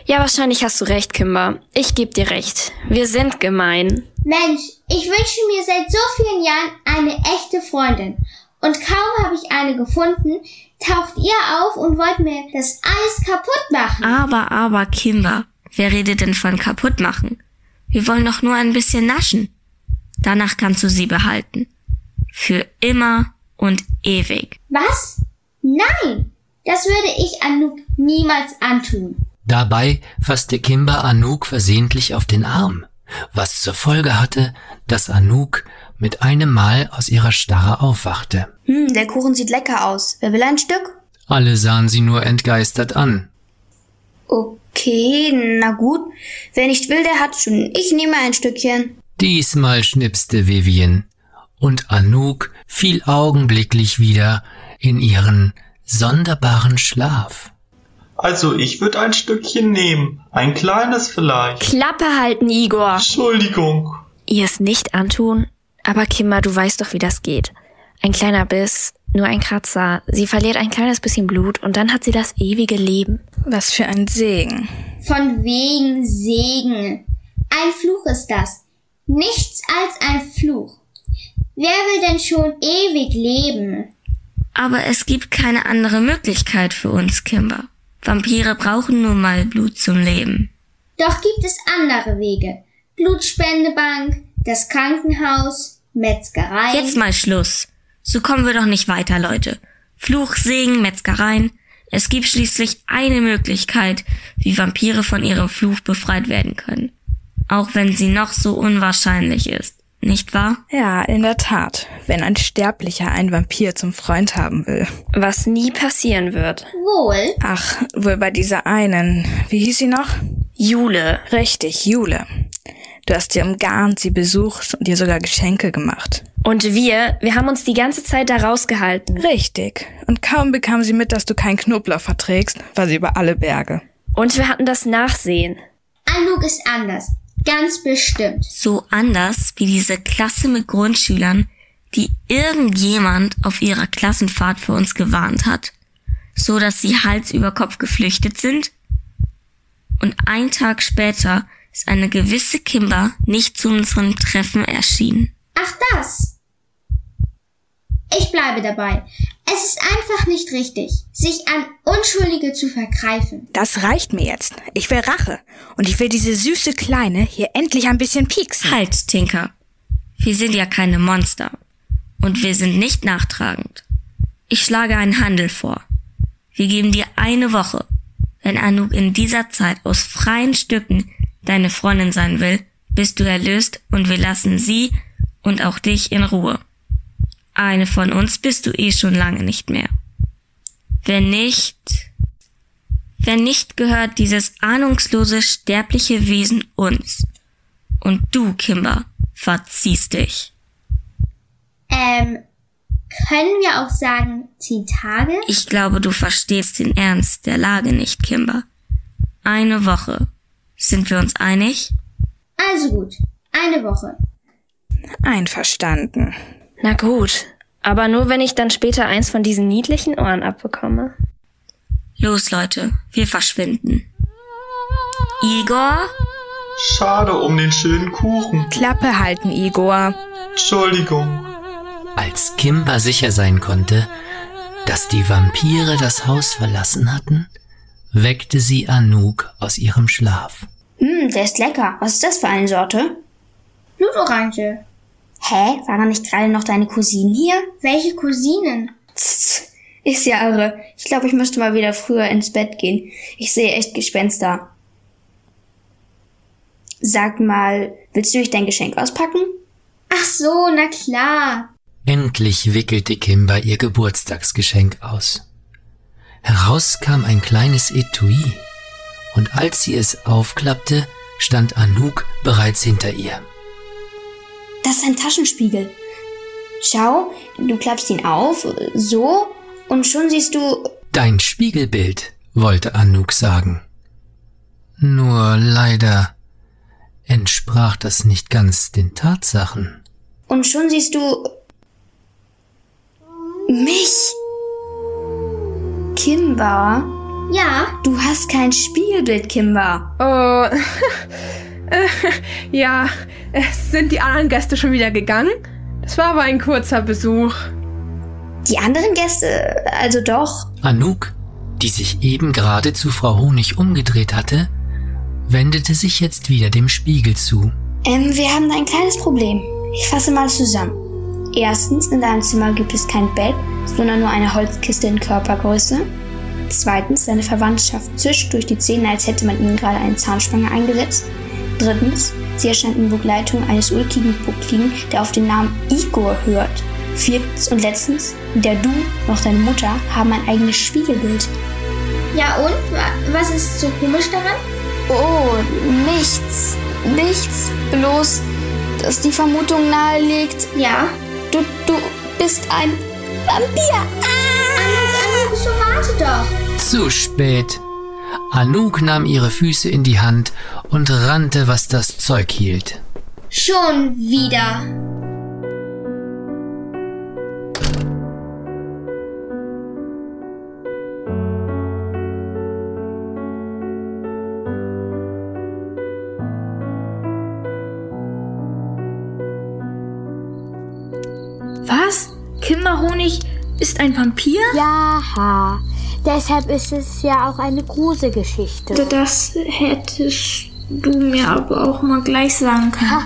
Speaker 13: Ja, wahrscheinlich hast du recht, Kimber. Ich geb dir recht. Wir sind gemein.
Speaker 6: Mensch, ich wünsche mir seit so vielen Jahren eine echte Freundin. Und kaum habe ich eine gefunden, taucht ihr auf und wollt mir das alles kaputt machen.
Speaker 4: Aber, aber, Kimber, wer redet denn von kaputt machen? Wir wollen doch nur ein bisschen naschen. Danach kannst du sie behalten. Für immer und ewig.
Speaker 6: Was? Nein! Das würde ich Anouk niemals antun.
Speaker 1: Dabei fasste Kimber Anouk versehentlich auf den Arm, was zur Folge hatte, dass Anouk mit einem Mal aus ihrer Starre aufwachte.
Speaker 5: Hm, der Kuchen sieht lecker aus. Wer will ein Stück?
Speaker 1: Alle sahen sie nur entgeistert an.
Speaker 5: Okay, na gut. Wer nicht will, der hat schon. Ich nehme ein Stückchen.
Speaker 1: Diesmal schnipste Vivian und Anouk fiel augenblicklich wieder in ihren sonderbaren Schlaf.
Speaker 10: Also ich würde ein Stückchen nehmen. Ein kleines vielleicht.
Speaker 13: Klappe halten, Igor.
Speaker 10: Entschuldigung.
Speaker 13: Ihr es nicht antun? Aber Kimmer, du weißt doch, wie das geht. Ein kleiner Biss, nur ein Kratzer. Sie verliert ein kleines bisschen Blut und dann hat sie das ewige Leben.
Speaker 7: Was für ein Segen.
Speaker 6: Von wegen Segen. Ein Fluch ist das. Nichts als ein Fluch. Wer will denn schon ewig leben?
Speaker 4: Aber es gibt keine andere Möglichkeit für uns, Kimber. Vampire brauchen nun mal Blut zum Leben.
Speaker 6: Doch gibt es andere Wege. Blutspendebank, das Krankenhaus, Metzgerei.
Speaker 4: Jetzt mal Schluss. So kommen wir doch nicht weiter, Leute. Fluch, Segen, Metzgereien. Es gibt schließlich eine Möglichkeit, wie Vampire von ihrem Fluch befreit werden können. Auch wenn sie noch so unwahrscheinlich ist. Nicht wahr?
Speaker 7: Ja, in der Tat. Wenn ein Sterblicher einen Vampir zum Freund haben will.
Speaker 13: Was nie passieren wird.
Speaker 6: Wohl.
Speaker 7: Ach, wohl bei dieser einen. Wie hieß sie noch?
Speaker 13: Jule.
Speaker 7: Richtig, Jule. Du hast sie umgarnt, sie besucht und ihr sogar Geschenke gemacht.
Speaker 13: Und wir, wir haben uns die ganze Zeit da rausgehalten.
Speaker 7: Richtig. Und kaum bekam sie mit, dass du keinen Knoblauch verträgst, war sie über alle Berge.
Speaker 13: Und wir hatten das Nachsehen.
Speaker 6: Anlug ist anders. Ganz bestimmt.
Speaker 4: So anders wie diese Klasse mit Grundschülern, die irgendjemand auf ihrer Klassenfahrt für uns gewarnt hat, so dass sie Hals über Kopf geflüchtet sind. Und ein Tag später ist eine gewisse Kimber nicht zu unserem Treffen erschienen.
Speaker 6: Ach das! Ich bleibe dabei. Es ist einfach nicht richtig, sich an Unschuldige zu vergreifen.
Speaker 7: Das reicht mir jetzt. Ich will Rache. Und ich will diese süße Kleine hier endlich ein bisschen pieksen.
Speaker 4: Halt, Tinker. Wir sind ja keine Monster. Und wir sind nicht nachtragend. Ich schlage einen Handel vor. Wir geben dir eine Woche. Wenn Anouk in dieser Zeit aus freien Stücken deine Freundin sein will, bist du erlöst und wir lassen sie und auch dich in Ruhe. Eine von uns bist du eh schon lange nicht mehr. Wenn nicht, wenn nicht gehört dieses ahnungslose sterbliche Wesen uns. Und du, Kimber, verziehst dich.
Speaker 6: Ähm, können wir auch sagen zehn Tage?
Speaker 4: Ich glaube, du verstehst den Ernst der Lage nicht, Kimber. Eine Woche. Sind wir uns einig?
Speaker 6: Also gut, eine Woche.
Speaker 7: Einverstanden.
Speaker 13: Na gut, aber nur wenn ich dann später eins von diesen niedlichen Ohren abbekomme.
Speaker 4: Los, Leute, wir verschwinden. Igor?
Speaker 10: Schade um den schönen Kuchen.
Speaker 7: Klappe halten, Igor.
Speaker 10: Entschuldigung.
Speaker 1: Als Kimber sicher sein konnte, dass die Vampire das Haus verlassen hatten, weckte sie Anouk aus ihrem Schlaf.
Speaker 5: Hm, der ist lecker. Was ist das für eine Sorte?
Speaker 6: Blutorange.
Speaker 5: Hä? Waren nicht gerade noch deine Cousinen hier?
Speaker 6: Welche Cousinen?
Speaker 5: Tss, ist ja irre. Ich glaube, ich müsste mal wieder früher ins Bett gehen. Ich sehe echt Gespenster. Sag mal, willst du mich dein Geschenk auspacken?
Speaker 6: Ach so, na klar.
Speaker 1: Endlich wickelte Kimber ihr Geburtstagsgeschenk aus. Heraus kam ein kleines Etui, und als sie es aufklappte, stand Anouk bereits hinter ihr.
Speaker 5: Das ist ein Taschenspiegel. Schau, du klappst ihn auf, so, und schon siehst du.
Speaker 1: Dein Spiegelbild, wollte Anouk sagen. Nur leider entsprach das nicht ganz den Tatsachen.
Speaker 5: Und schon siehst du. Mich! Kimber?
Speaker 6: Ja?
Speaker 5: Du hast kein Spiegelbild, Kimber.
Speaker 7: Oh. ja, es sind die anderen Gäste schon wieder gegangen? Das war aber ein kurzer Besuch.
Speaker 5: Die anderen Gäste, also doch.
Speaker 1: Anouk, die sich eben gerade zu Frau Honig umgedreht hatte, wendete sich jetzt wieder dem Spiegel zu.
Speaker 5: Ähm, wir haben da ein kleines Problem. Ich fasse mal zusammen. Erstens, in deinem Zimmer gibt es kein Bett, sondern nur eine Holzkiste in Körpergröße. Zweitens, deine Verwandtschaft zischt durch die Zähne, als hätte man ihnen gerade einen Zahnspange eingesetzt. Drittens, sie erscheint in Begleitung eines ulkigen Buckligen, der auf den Namen Igor hört. Viertens und letztens, weder du noch deine Mutter haben ein eigenes Spiegelbild.
Speaker 6: Ja und? Wa- Was ist so komisch daran?
Speaker 5: Oh, nichts. Nichts. Bloß, dass die Vermutung nahelegt.
Speaker 6: Ja.
Speaker 5: Du, du bist ein Vampir. Ah!
Speaker 6: Anouk, Anouk, schon warte doch.
Speaker 1: Zu spät. Anouk nahm ihre Füße in die Hand und rannte, was das Zeug hielt.
Speaker 6: Schon wieder.
Speaker 4: Was? Kimberhonig ist ein Vampir?
Speaker 3: Ja, ha. Deshalb ist es ja auch eine Gruselgeschichte.
Speaker 4: Das hättest du mir aber auch mal gleich sagen können.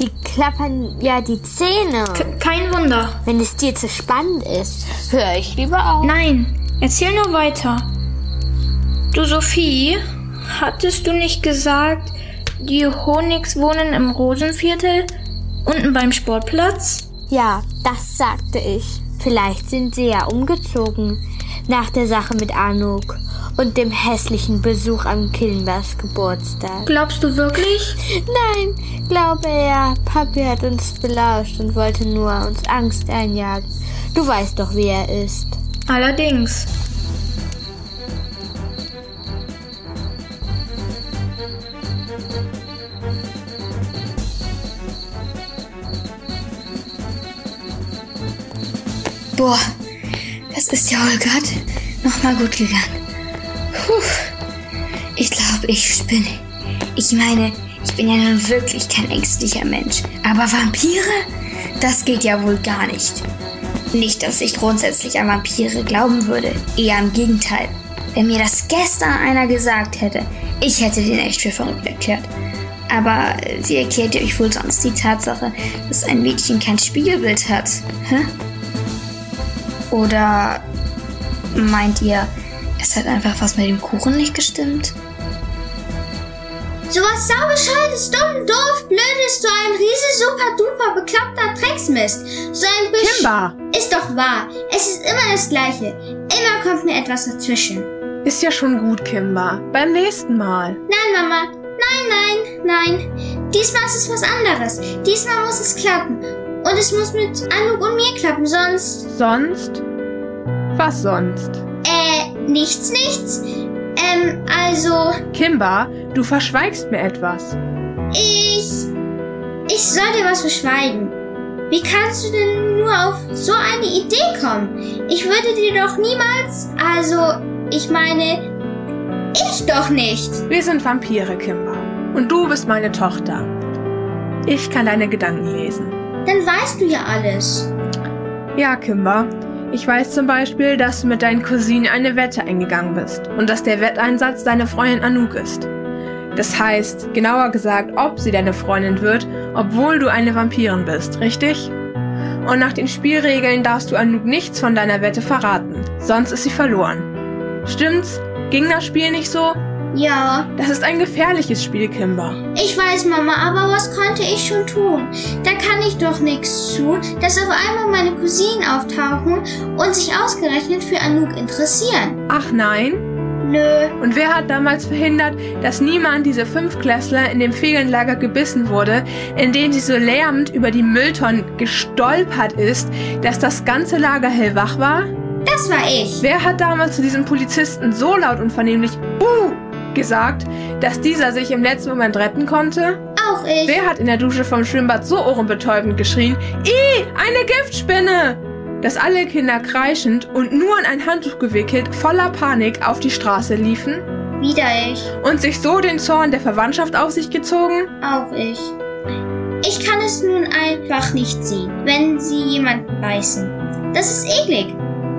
Speaker 3: Die klappern ja die Zähne.
Speaker 4: Kein Wunder.
Speaker 3: Wenn es dir zu spannend ist, höre ich lieber auf.
Speaker 4: Nein, erzähl nur weiter. Du Sophie, hattest du nicht gesagt, die Honigs wohnen im Rosenviertel unten beim Sportplatz?
Speaker 3: Ja, das sagte ich. Vielleicht sind sie ja umgezogen. Nach der Sache mit Anouk und dem hässlichen Besuch am Killenbers Geburtstag.
Speaker 4: Glaubst du wirklich?
Speaker 3: Nein, glaube er. Papi hat uns belauscht und wollte nur uns Angst einjagen. Du weißt doch, wie er ist.
Speaker 4: Allerdings.
Speaker 5: Boah, das ist ja wohl grad noch mal gut gegangen. Puh, ich glaube, ich spinne. Ich meine, ich bin ja nun wirklich kein ängstlicher Mensch. Aber Vampire? Das geht ja wohl gar nicht. Nicht, dass ich grundsätzlich an Vampire glauben würde. Eher im Gegenteil. Wenn mir das gestern einer gesagt hätte, ich hätte den echt für verrückt erklärt. Aber äh, wie erklärt ihr euch wohl sonst die Tatsache, dass ein Mädchen kein Spiegelbild hat? Hä? Oder meint ihr, es hat einfach was mit dem Kuchen nicht gestimmt?
Speaker 6: Sowas saubescheides, dumm, doof, blödes, so ein riesen super duper bekloppter Drecksmist. So ein Bisch.
Speaker 7: Kimber!
Speaker 6: Ist doch wahr. Es ist immer das Gleiche. Immer kommt mir etwas dazwischen.
Speaker 7: Ist ja schon gut, Kimber. Beim nächsten Mal.
Speaker 6: Nein, Mama. Nein, nein, nein. Diesmal ist es was anderes. Diesmal muss es klappen. Und es muss mit Anouk und mir klappen, sonst.
Speaker 7: Sonst? Was sonst?
Speaker 6: Äh, nichts, nichts. Ähm, also.
Speaker 7: Kimber, du verschweigst mir etwas.
Speaker 6: Ich. Ich soll dir was verschweigen. Wie kannst du denn nur auf so eine Idee kommen? Ich würde dir doch niemals. Also, ich meine. Ich doch nicht.
Speaker 7: Wir sind Vampire, Kimber. Und du bist meine Tochter. Ich kann deine Gedanken lesen.
Speaker 6: Dann weißt du ja alles.
Speaker 7: Ja, Kimber. Ich weiß zum Beispiel, dass du mit deinen Cousinen eine Wette eingegangen bist und dass der Wetteinsatz deine Freundin Anouk ist. Das heißt, genauer gesagt, ob sie deine Freundin wird, obwohl du eine Vampirin bist, richtig? Und nach den Spielregeln darfst du Anouk nichts von deiner Wette verraten, sonst ist sie verloren. Stimmt's? Ging das Spiel nicht so?
Speaker 6: Ja.
Speaker 7: Das ist ein gefährliches Spiel, Kimber.
Speaker 6: Ich weiß, Mama, aber was konnte ich schon tun? Da kann ich doch nichts zu, dass auf einmal meine Cousinen auftauchen und sich ausgerechnet für Anouk interessieren.
Speaker 7: Ach nein?
Speaker 6: Nö.
Speaker 7: Und wer hat damals verhindert, dass niemand diese Fünfklässler in dem Ferienlager gebissen wurde, indem sie so lärmend über die Mülltonnen gestolpert ist, dass das ganze Lager hellwach war?
Speaker 6: Das war ich.
Speaker 7: Wer hat damals zu diesem Polizisten so laut und vernehmlich Buh gesagt, dass dieser sich im letzten Moment retten konnte?
Speaker 6: Auch ich.
Speaker 7: Wer hat in der Dusche vom Schwimmbad so ohrenbetäubend geschrien, Ih, eine Giftspinne? Dass alle Kinder kreischend und nur in ein Handtuch gewickelt, voller Panik auf die Straße liefen?
Speaker 6: Wieder ich.
Speaker 7: Und sich so den Zorn der Verwandtschaft auf sich gezogen?
Speaker 6: Auch ich. Ich kann es nun einfach nicht sehen, wenn sie jemanden beißen. Das ist eklig.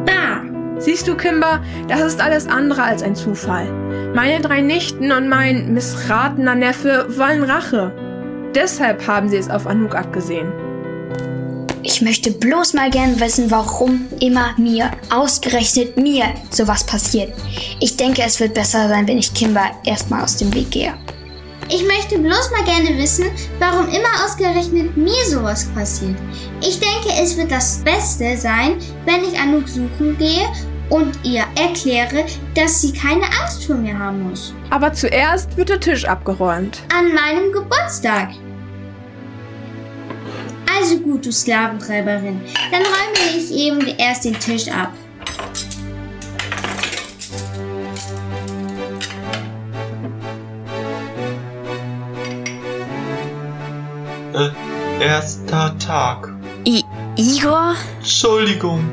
Speaker 6: Bah!
Speaker 7: Siehst du, Kimber, das ist alles andere als ein Zufall. Meine drei Nichten und mein missratener Neffe wollen Rache. Deshalb haben sie es auf Anouk abgesehen.
Speaker 5: Ich möchte bloß mal gern wissen, warum immer mir, ausgerechnet mir, sowas passiert. Ich denke, es wird besser sein, wenn ich Kimber erstmal aus dem Weg gehe.
Speaker 6: Ich möchte bloß mal gerne wissen, warum immer ausgerechnet mir sowas passiert. Ich denke, es wird das Beste sein, wenn ich Anouk suchen gehe und ihr erkläre, dass sie keine Angst vor mir haben muss.
Speaker 7: Aber zuerst wird der Tisch abgeräumt.
Speaker 6: An meinem Geburtstag. Also gut, du Sklaventreiberin. Dann räume ich eben erst den Tisch ab.
Speaker 10: Äh, erster Tag.
Speaker 14: I Igor?
Speaker 10: Entschuldigung.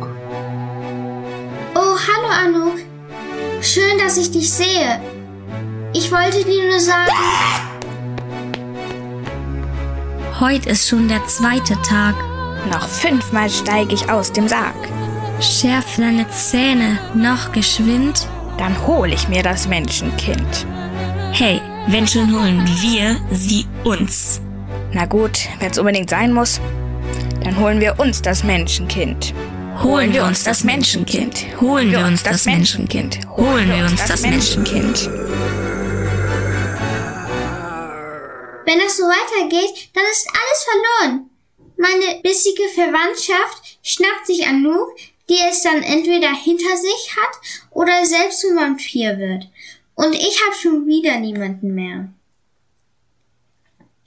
Speaker 6: Oh, hallo Anouk. Schön, dass ich dich sehe. Ich wollte dir nur sagen.
Speaker 15: Heute ist schon der zweite Tag.
Speaker 16: Noch fünfmal steige ich aus dem Sarg.
Speaker 15: Schärf deine Zähne noch geschwind.
Speaker 16: Dann hole ich mir das Menschenkind.
Speaker 15: Hey, wenn schon holen wir sie uns.
Speaker 16: Na gut, wenn es unbedingt sein muss, dann holen wir uns das Menschenkind.
Speaker 15: Holen wir uns das Menschenkind. Holen wir uns das Menschenkind. Holen wir uns das Menschenkind.
Speaker 6: Wenn das so weitergeht, dann ist alles verloren. Meine bissige Verwandtschaft schnappt sich Anouk, die es dann entweder hinter sich hat oder selbst zum Vampir wird. Und ich habe schon wieder niemanden mehr.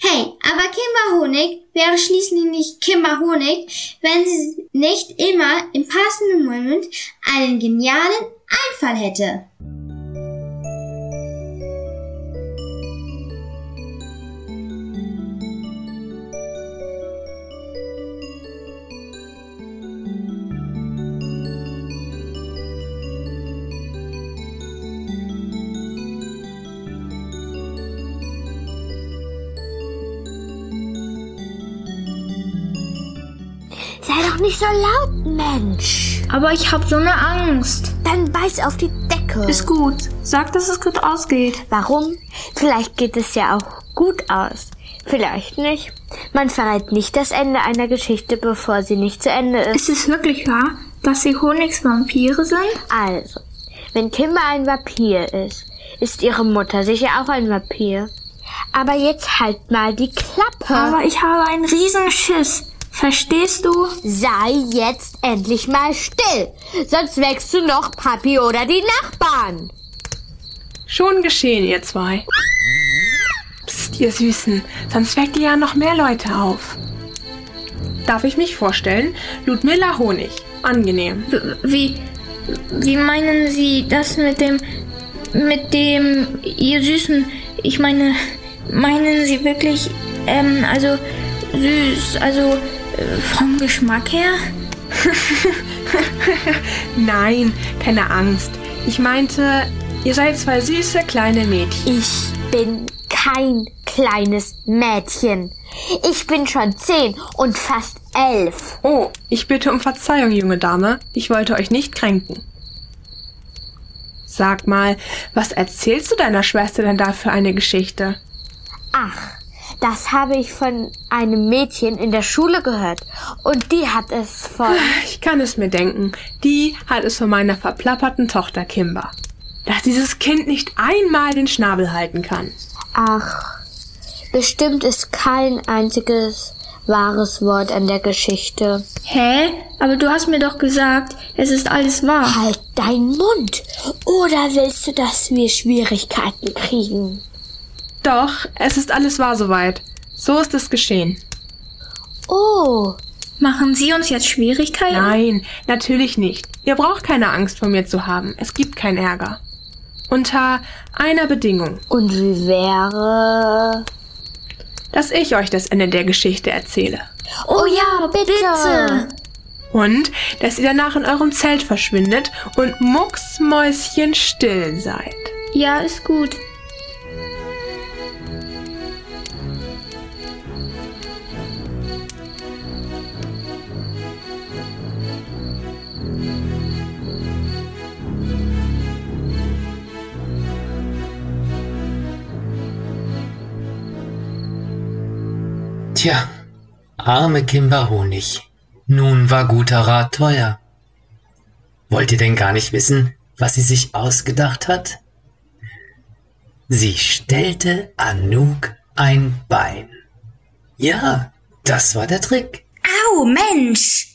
Speaker 6: Hey, aber Kimber Honig wäre schließlich nicht Kimber Honig, wenn sie nicht immer im passenden Moment einen genialen Einfall hätte.
Speaker 3: Sei doch nicht so laut, Mensch.
Speaker 4: Aber ich hab so eine Angst.
Speaker 3: Dann beiß auf die Decke.
Speaker 4: Ist gut. Sag, dass es gut ausgeht.
Speaker 3: Warum? Vielleicht geht es ja auch gut aus. Vielleicht nicht. Man verrät nicht das Ende einer Geschichte, bevor sie nicht zu Ende ist.
Speaker 4: Ist es wirklich wahr, dass sie Honigsvampire sind?
Speaker 3: Also, wenn Kimber ein Vampir ist, ist ihre Mutter sicher auch ein Vampir. Aber jetzt halt mal die Klappe.
Speaker 4: Aber ich habe einen Riesenschiss. Verstehst du?
Speaker 3: Sei jetzt endlich mal still, sonst wächst du noch Papi oder die Nachbarn.
Speaker 7: Schon geschehen, ihr zwei. Psst, ihr Süßen, sonst weckt ihr ja noch mehr Leute auf. Darf ich mich vorstellen? Ludmilla Honig. Angenehm.
Speaker 4: Wie, wie meinen Sie das mit dem, mit dem, ihr Süßen? Ich meine, meinen Sie wirklich, ähm, also süß, also äh, vom Geschmack her?
Speaker 7: Nein, keine Angst. Ich meinte, ihr seid zwei süße kleine Mädchen.
Speaker 3: Ich bin kein kleines Mädchen. Ich bin schon zehn und fast elf.
Speaker 7: Oh, ich bitte um Verzeihung, junge Dame. Ich wollte euch nicht kränken. Sag mal, was erzählst du deiner Schwester denn da für eine Geschichte?
Speaker 3: Ach, das habe ich von einem Mädchen in der Schule gehört. Und die hat es von.
Speaker 7: Ich kann es mir denken. Die hat es von meiner verplapperten Tochter Kimber. dass dieses Kind nicht einmal den Schnabel halten kann.
Speaker 3: Ach, bestimmt ist kein einziges wahres Wort an der Geschichte.
Speaker 4: Hä? Aber du hast mir doch gesagt, es ist alles wahr.
Speaker 3: Halt deinen Mund! Oder willst du, dass wir Schwierigkeiten kriegen?
Speaker 7: Doch, es ist alles wahr soweit. So ist es geschehen.
Speaker 3: Oh.
Speaker 4: Machen Sie uns jetzt Schwierigkeiten?
Speaker 7: Nein, natürlich nicht. Ihr braucht keine Angst vor mir zu haben. Es gibt keinen Ärger. Unter einer Bedingung.
Speaker 3: Und wie wäre.
Speaker 7: Dass ich euch das Ende der Geschichte erzähle.
Speaker 3: Oh ja, bitte.
Speaker 7: Und dass ihr danach in eurem Zelt verschwindet und mucksmäuschenstill seid.
Speaker 4: Ja, ist gut.
Speaker 1: Tja, arme Kimber Honig. Nun war guter Rat teuer. Wollt ihr denn gar nicht wissen, was sie sich ausgedacht hat? Sie stellte Anouk ein Bein. Ja, das war der Trick.
Speaker 5: Au, Oh, Mensch!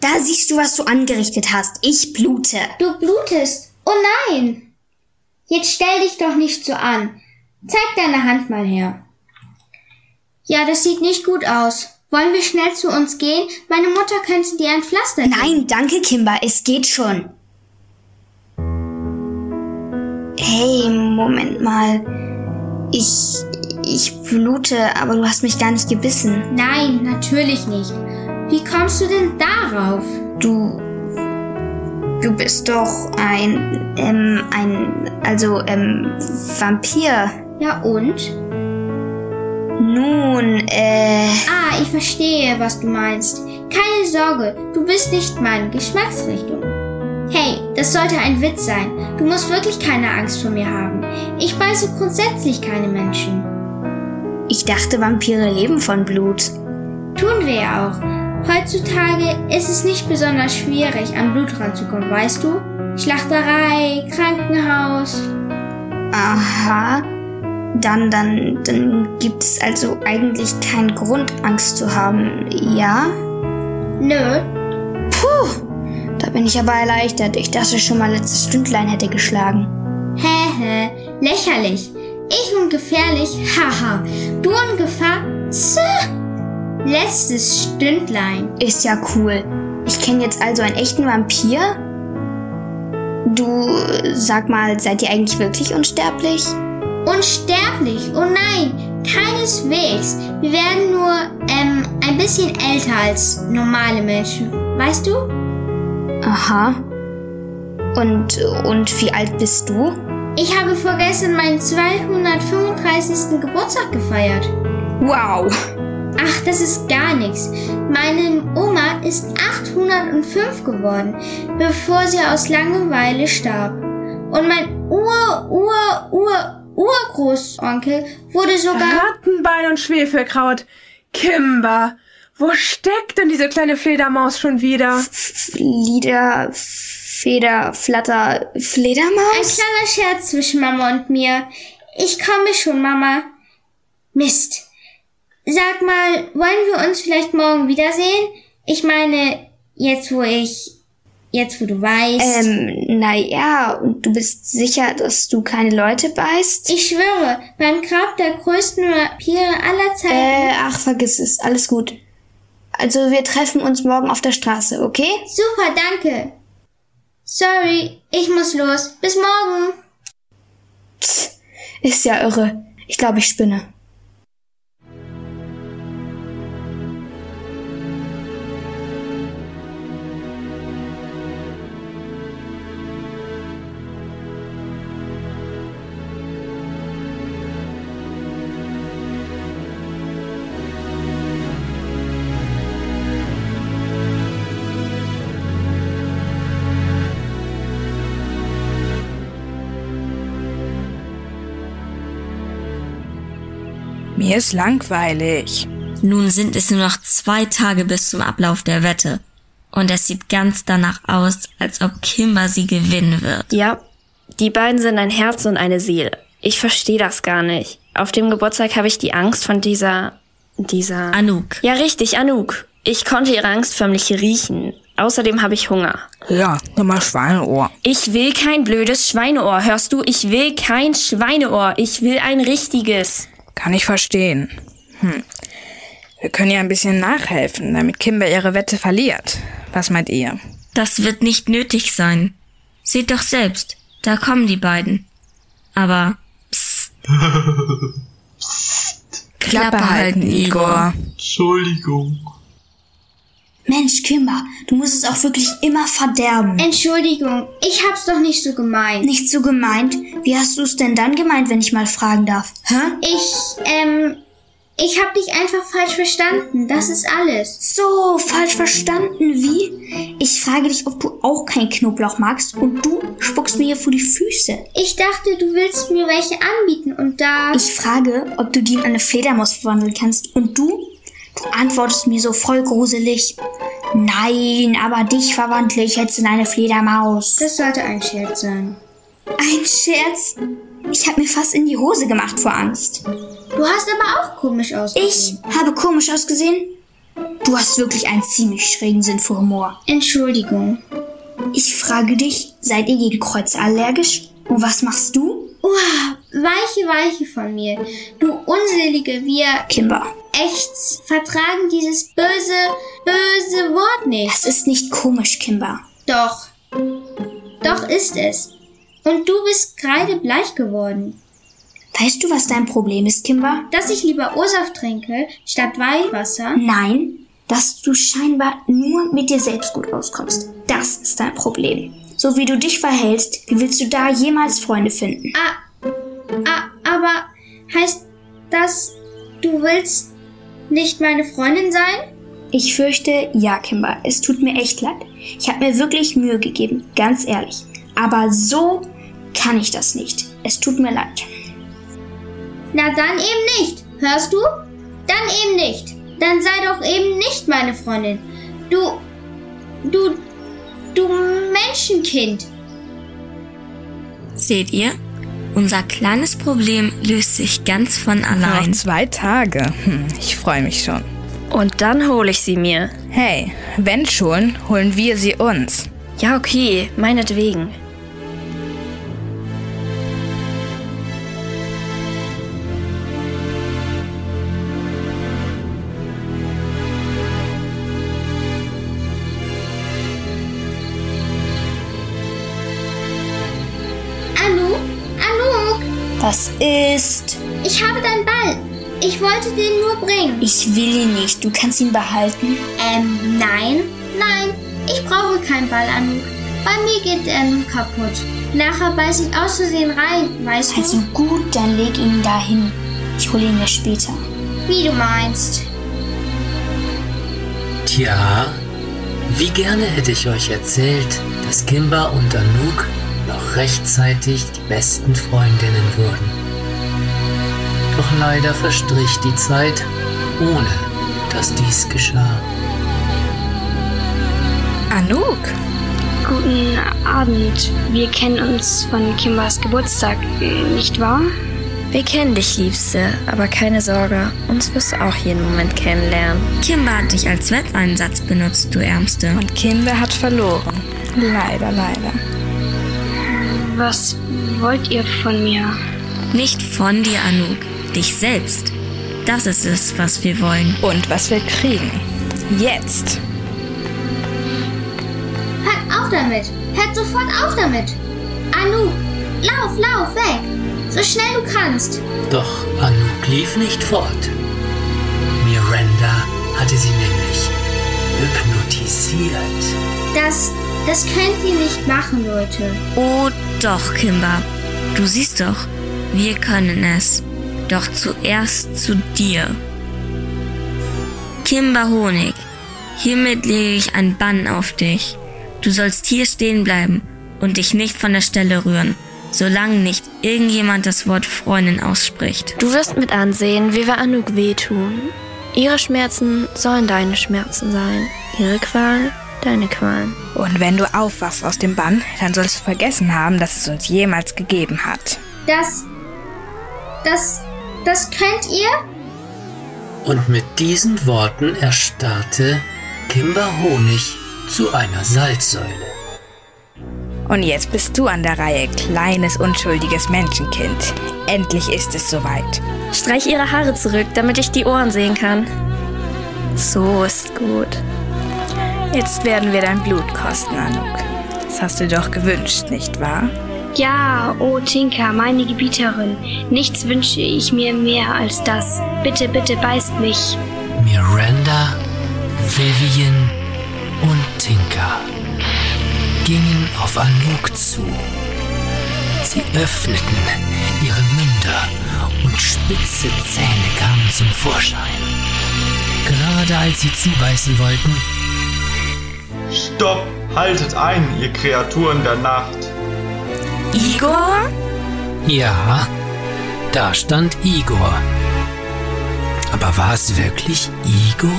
Speaker 5: Da siehst du, was du angerichtet hast. Ich blute.
Speaker 6: Du blutest. Oh nein! Jetzt stell dich doch nicht so an. Zeig deine Hand mal her. Ja, das sieht nicht gut aus. Wollen wir schnell zu uns gehen? Meine Mutter könnte dir ein Pflaster geben.
Speaker 5: Nein, danke, Kimber. Es geht schon. Hey, Moment mal. Ich. Ich blute, aber du hast mich gar nicht gebissen.
Speaker 6: Nein, natürlich nicht. Wie kommst du denn darauf?
Speaker 5: Du. Du bist doch ein. Ähm, ein. Also, ähm, Vampir.
Speaker 6: Ja, und?
Speaker 5: Nun, äh.
Speaker 6: Ah, ich verstehe, was du meinst. Keine Sorge, du bist nicht meine Geschmacksrichtung. Hey, das sollte ein Witz sein. Du musst wirklich keine Angst vor mir haben. Ich beiße grundsätzlich keine Menschen.
Speaker 5: Ich dachte, Vampire leben von Blut.
Speaker 6: Tun wir ja auch. Heutzutage ist es nicht besonders schwierig, an Blut ranzukommen, weißt du? Schlachterei, Krankenhaus.
Speaker 5: Aha dann, dann, dann gibt es also eigentlich keinen Grund, Angst zu haben, ja?
Speaker 6: Nö.
Speaker 5: Puh, da bin ich aber erleichtert. Ich dachte schon mal, letztes Stündlein hätte geschlagen.
Speaker 6: Hehe, lächerlich. Ich ungefährlich, haha. Du in Gefahr, Tse. Letztes Stündlein.
Speaker 5: Ist ja cool. Ich kenne jetzt also einen echten Vampir? Du, sag mal, seid ihr eigentlich wirklich unsterblich?
Speaker 6: Unsterblich, oh nein, keineswegs. Wir werden nur ähm, ein bisschen älter als normale Menschen, weißt du?
Speaker 5: Aha. Und, und wie alt bist du?
Speaker 6: Ich habe vorgestern meinen 235. Geburtstag gefeiert.
Speaker 5: Wow.
Speaker 6: Ach, das ist gar nichts. Meine Oma ist 805 geworden, bevor sie aus Langeweile starb. Und mein Ur, Ur, Ur, Urgroßonkel wurde sogar.
Speaker 7: Rattenbein und Schwefelkraut. Kimber, wo steckt denn diese kleine Fledermaus schon wieder?
Speaker 5: Flieder, Feder, Flatter,
Speaker 6: Ein
Speaker 5: Fledermaus?
Speaker 6: kleiner Scherz zwischen Mama und mir. Ich komme schon, Mama. Mist. Sag mal, wollen wir uns vielleicht morgen wiedersehen? Ich meine, jetzt wo ich. Jetzt wo du weißt.
Speaker 5: Ähm, naja, und du bist sicher, dass du keine Leute beißt?
Speaker 6: Ich schwöre, beim Grab der größten Vampire aller Zeiten.
Speaker 5: Äh, ach, vergiss es, alles gut. Also, wir treffen uns morgen auf der Straße, okay?
Speaker 6: Super, danke. Sorry, ich muss los. Bis morgen.
Speaker 5: Ist ja irre. Ich glaube, ich spinne.
Speaker 17: Mir ist langweilig. Nun sind es nur noch zwei Tage bis zum Ablauf der Wette. Und es sieht ganz danach aus, als ob Kimber sie gewinnen wird.
Speaker 18: Ja,
Speaker 3: Die beiden sind ein Herz und eine Seele. Ich verstehe das gar nicht. Auf dem Geburtstag habe ich die Angst von dieser, dieser...
Speaker 19: Anouk.
Speaker 3: Ja, richtig, Anouk. Ich konnte ihre Angst förmlich riechen. Außerdem habe ich Hunger.
Speaker 7: Ja, nimm mal Schweineohr.
Speaker 3: Ich will kein blödes Schweineohr, hörst du? Ich will kein Schweineohr. Ich will ein richtiges.
Speaker 7: Kann ich verstehen. Hm. Wir können ihr ein bisschen nachhelfen, damit Kimber ihre Wette verliert. Was meint ihr?
Speaker 19: Das wird nicht nötig sein. Seht doch selbst, da kommen die beiden. Aber psst.
Speaker 7: Klappe halten, Igor.
Speaker 10: Entschuldigung.
Speaker 5: Mensch, Kimber, du musst es auch wirklich immer verderben.
Speaker 6: Entschuldigung, ich hab's doch nicht so gemeint.
Speaker 5: Nicht so gemeint? Wie hast du es denn dann gemeint, wenn ich mal fragen darf? Hä?
Speaker 6: Ich, ähm, ich hab dich einfach falsch verstanden. Das ist alles.
Speaker 5: So, falsch verstanden, wie? Ich frage dich, ob du auch keinen Knoblauch magst und du spuckst mir hier vor die Füße.
Speaker 6: Ich dachte, du willst mir welche anbieten und da.
Speaker 5: Ich frage, ob du die in eine Fledermaus verwandeln kannst und du Du antwortest mir so voll gruselig. Nein, aber dich verwandle ich jetzt in eine Fledermaus.
Speaker 6: Das sollte ein Scherz sein.
Speaker 5: Ein Scherz? Ich habe mir fast in die Hose gemacht vor Angst.
Speaker 6: Du hast aber auch komisch ausgesehen.
Speaker 5: Ich habe komisch ausgesehen? Du hast wirklich einen ziemlich schrägen Sinn für Humor.
Speaker 6: Entschuldigung.
Speaker 5: Ich frage dich, seid ihr gegen Kreuze allergisch? Und was machst du?
Speaker 6: Uah, weiche, weiche von mir. Du unselige, wir...
Speaker 5: Kimber,
Speaker 6: echt vertragen dieses böse, böse Wort nicht.
Speaker 5: Das ist nicht komisch, Kimber.
Speaker 6: Doch. Doch ist es. Und du bist gerade bleich geworden.
Speaker 5: Weißt du, was dein Problem ist, Kimber?
Speaker 6: Dass ich lieber Ursaft trinke, statt Weihwasser?
Speaker 5: Nein, dass du scheinbar nur mit dir selbst gut auskommst. Das ist dein Problem. So wie du dich verhältst, wie willst du da jemals Freunde finden?
Speaker 6: Ah, ah aber heißt das, du willst nicht meine Freundin sein?
Speaker 5: Ich fürchte, ja, Kimber. Es tut mir echt leid. Ich habe mir wirklich Mühe gegeben, ganz ehrlich. Aber so kann ich das nicht. Es tut mir leid.
Speaker 6: Na dann eben nicht. Hörst du? Dann eben nicht. Dann sei doch eben nicht meine Freundin. Du. Du. Du Menschenkind.
Speaker 19: Seht ihr? Unser kleines Problem löst sich ganz von allein.
Speaker 7: Noch zwei Tage. Hm, ich freue mich schon.
Speaker 3: Und dann hole ich sie mir.
Speaker 7: Hey, wenn schon, holen wir sie uns.
Speaker 3: Ja, okay, meinetwegen.
Speaker 5: Was ist?
Speaker 6: Ich habe deinen Ball. Ich wollte den nur bringen.
Speaker 5: Ich will ihn nicht. Du kannst ihn behalten.
Speaker 6: Ähm, nein. Nein, ich brauche keinen Ball, Anouk. Bei mir geht er nur kaputt. Nachher beiß ich aus Versehen rein, weißt du?
Speaker 5: Also gut, dann leg ihn dahin. Ich hole ihn mir später.
Speaker 6: Wie du meinst.
Speaker 1: Tja, wie gerne hätte ich euch erzählt, dass Kimber und Anouk noch rechtzeitig die besten Freundinnen wurden. Doch leider verstrich die Zeit, ohne dass dies geschah.
Speaker 7: Anouk!
Speaker 4: Guten Abend. Wir kennen uns von Kimbers Geburtstag, äh, nicht wahr?
Speaker 3: Wir kennen dich, Liebste, aber keine Sorge, uns wirst du auch jeden Moment kennenlernen.
Speaker 19: Kimber hat dich als Wetteinsatz benutzt, du Ärmste.
Speaker 7: Und Kimber hat verloren. Leider, leider.
Speaker 4: Was wollt ihr von mir?
Speaker 19: Nicht von dir, Anouk. Dich selbst. Das ist es, was wir wollen.
Speaker 7: Und was wir kriegen. Jetzt.
Speaker 6: Hört auf damit. Hört sofort auf damit. Anouk, lauf, lauf, weg. So schnell du kannst.
Speaker 1: Doch Anouk lief nicht fort. Miranda hatte sie nämlich hypnotisiert.
Speaker 6: Das, das könnt ihr nicht machen, Leute.
Speaker 19: Oh doch, Kimber. Du siehst doch, wir können es. Doch zuerst zu dir. Kimber Honig, hiermit lege ich ein Bann auf dich. Du sollst hier stehen bleiben und dich nicht von der Stelle rühren, solange nicht irgendjemand das Wort Freundin ausspricht.
Speaker 3: Du wirst mit ansehen, wie wir Anouk wehtun. Ihre Schmerzen sollen deine Schmerzen sein. Ihre Qualen
Speaker 20: deine Qualen.
Speaker 21: Und wenn du aufwachst aus dem Bann, dann sollst du vergessen haben, dass es uns jemals gegeben hat.
Speaker 6: Das. Das. Das könnt ihr?
Speaker 1: Und mit diesen Worten erstarrte Kimber Honig zu einer Salzsäule.
Speaker 21: Und jetzt bist du an der Reihe, kleines unschuldiges Menschenkind. Endlich ist es soweit.
Speaker 20: Streich ihre Haare zurück, damit ich die Ohren sehen kann. So ist gut.
Speaker 21: Jetzt werden wir dein Blut kosten, Anuk. Das hast du doch gewünscht, nicht wahr?
Speaker 4: Ja, oh Tinka, meine Gebieterin, nichts wünsche ich mir mehr als das. Bitte, bitte beißt mich.
Speaker 1: Miranda, Vivian und Tinka gingen auf Anuk zu. Sie öffneten ihre Münder und spitze Zähne kamen zum Vorschein. Gerade als sie zubeißen wollten,
Speaker 10: Stopp! Haltet ein, ihr Kreaturen der Nacht!
Speaker 22: Igor?
Speaker 1: ja, da stand Igor. Aber war es wirklich Igor?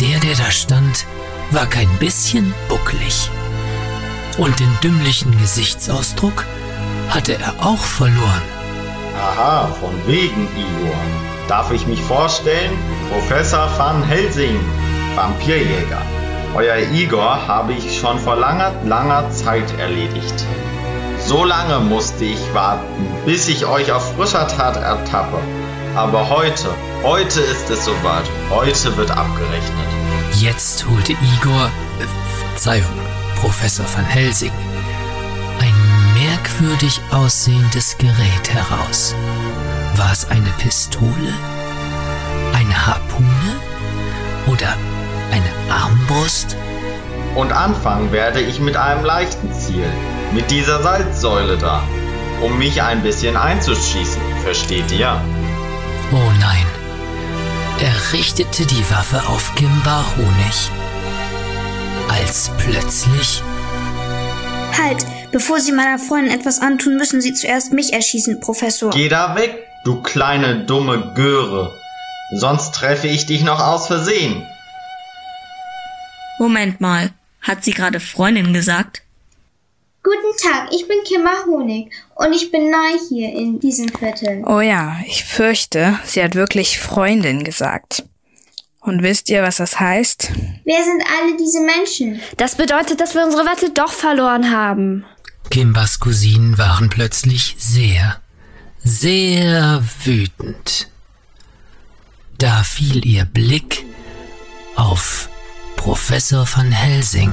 Speaker 1: Der, der da stand, war kein bisschen bucklig. Und den dümmlichen Gesichtsausdruck hatte er auch verloren.
Speaker 10: Aha, von wegen, Igor. Darf ich mich vorstellen? Professor van Helsing, Vampirjäger. Euer Igor habe ich schon vor langer, langer Zeit erledigt. So lange musste ich warten, bis ich euch auf frischer Tat ertappe. Aber heute, heute ist es soweit. Heute wird abgerechnet.
Speaker 1: Jetzt holte Igor, äh, Verzeihung, Professor van Helsing, ein merkwürdig aussehendes Gerät heraus. War es eine Pistole? Eine Harpune? Oder eine Armbrust?
Speaker 10: Und anfangen werde ich mit einem leichten Ziel. Mit dieser Salzsäule da. Um mich ein bisschen einzuschießen, versteht ihr?
Speaker 1: Oh nein. Er richtete die Waffe auf Gimba Honig. Als plötzlich
Speaker 5: Halt, bevor Sie meiner Freundin etwas antun, müssen Sie zuerst mich erschießen, Professor.
Speaker 10: Geh da weg, du kleine dumme Göre. Sonst treffe ich dich noch aus Versehen.
Speaker 23: Moment mal, hat sie gerade Freundin gesagt?
Speaker 6: Guten Tag, ich bin Kimmer Honig und ich bin neu hier in diesem Viertel.
Speaker 21: Oh ja, ich fürchte, sie hat wirklich Freundin gesagt. Und wisst ihr, was das heißt?
Speaker 6: Wer sind alle diese Menschen?
Speaker 20: Das bedeutet, dass wir unsere Wette doch verloren haben.
Speaker 1: Gimbas Cousinen waren plötzlich sehr, sehr wütend. Da fiel ihr Blick auf Professor van Helsing.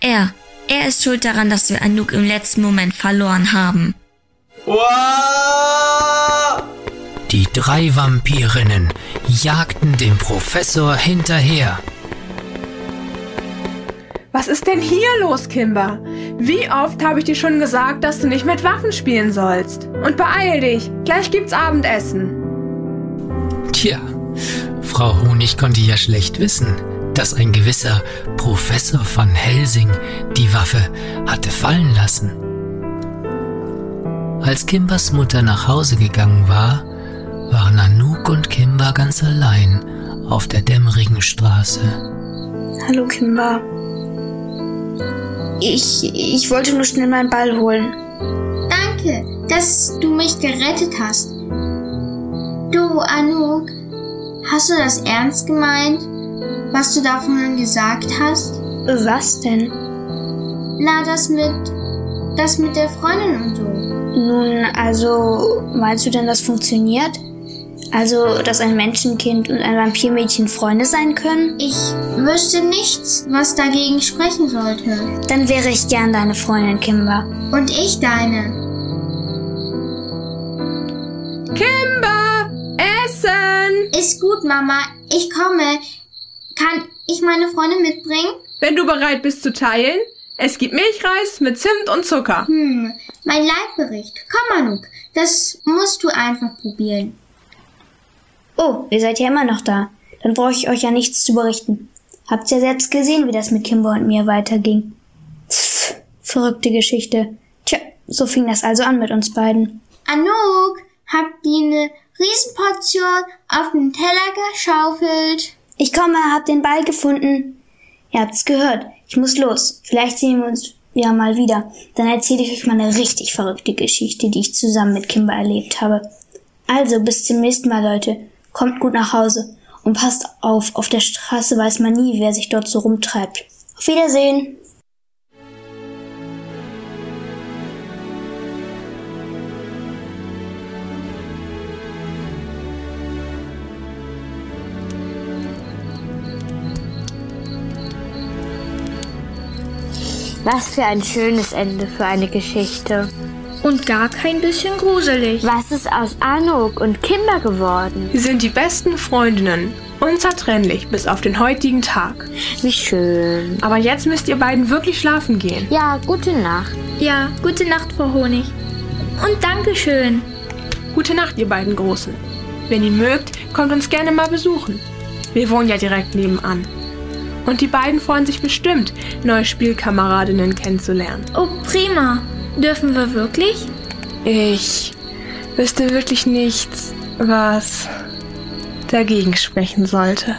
Speaker 23: Er, er ist schuld daran, dass wir Anouk im letzten Moment verloren haben.
Speaker 1: Die drei Vampirinnen jagten dem Professor hinterher.
Speaker 7: Was ist denn hier los, Kimber? Wie oft habe ich dir schon gesagt, dass du nicht mit Waffen spielen sollst? Und beeil dich, gleich gibt's Abendessen.
Speaker 1: Tja, Frau Honig konnte ja schlecht wissen, dass ein gewisser Professor van Helsing die Waffe hatte fallen lassen. Als Kimbers Mutter nach Hause gegangen war, waren Anouk und Kimber ganz allein auf der dämmerigen Straße.
Speaker 5: Hallo, Kimber. Ich, ich wollte nur schnell meinen Ball holen.
Speaker 6: Danke, dass du mich gerettet hast. Du, Anouk, hast du das ernst gemeint, was du davon gesagt hast?
Speaker 5: Was denn?
Speaker 6: Na, das mit. das mit der Freundin und so.
Speaker 5: Nun, also, meinst du denn, das funktioniert? Also, dass ein Menschenkind und ein Vampirmädchen Freunde sein können?
Speaker 6: Ich wüsste nichts, was dagegen sprechen sollte.
Speaker 5: Dann wäre ich gern deine Freundin, Kimber.
Speaker 6: Und ich deine.
Speaker 7: Kimber, essen!
Speaker 6: Ist gut, Mama. Ich komme. Kann ich meine Freundin mitbringen?
Speaker 7: Wenn du bereit bist zu teilen, es gibt Milchreis mit Zimt und Zucker.
Speaker 6: Hm, mein Leibgericht. Komm, Manuk. Das musst du einfach probieren.
Speaker 5: Oh, ihr seid ja immer noch da. Dann brauche ich euch ja nichts zu berichten. Habt ja selbst gesehen, wie das mit Kimber und mir weiterging. Pff, verrückte Geschichte. Tja, so fing das also an mit uns beiden.
Speaker 6: Anouk hat dir eine Riesenportion auf den Teller geschaufelt.
Speaker 5: Ich komme, hab den Ball gefunden. Ihr habt's gehört. Ich muss los. Vielleicht sehen wir uns ja mal wieder. Dann erzähle ich euch mal eine richtig verrückte Geschichte, die ich zusammen mit Kimber erlebt habe. Also, bis zum nächsten Mal, Leute. Kommt gut nach Hause. Und passt auf, auf der Straße weiß man nie, wer sich dort so rumtreibt. Auf Wiedersehen!
Speaker 24: Was für ein schönes Ende für eine Geschichte.
Speaker 4: Und gar kein bisschen gruselig.
Speaker 24: Was ist aus Anuk und Kimber geworden?
Speaker 7: Sie sind die besten Freundinnen. Unzertrennlich bis auf den heutigen Tag.
Speaker 24: Wie schön.
Speaker 7: Aber jetzt müsst ihr beiden wirklich schlafen gehen.
Speaker 24: Ja, gute Nacht.
Speaker 4: Ja, gute Nacht, Frau Honig. Und Dankeschön.
Speaker 7: Gute Nacht, ihr beiden Großen. Wenn ihr mögt, kommt uns gerne mal besuchen. Wir wohnen ja direkt nebenan. Und die beiden freuen sich bestimmt, neue Spielkameradinnen kennenzulernen.
Speaker 4: Oh, prima. Dürfen wir wirklich?
Speaker 7: Ich wüsste wirklich nichts, was dagegen sprechen sollte.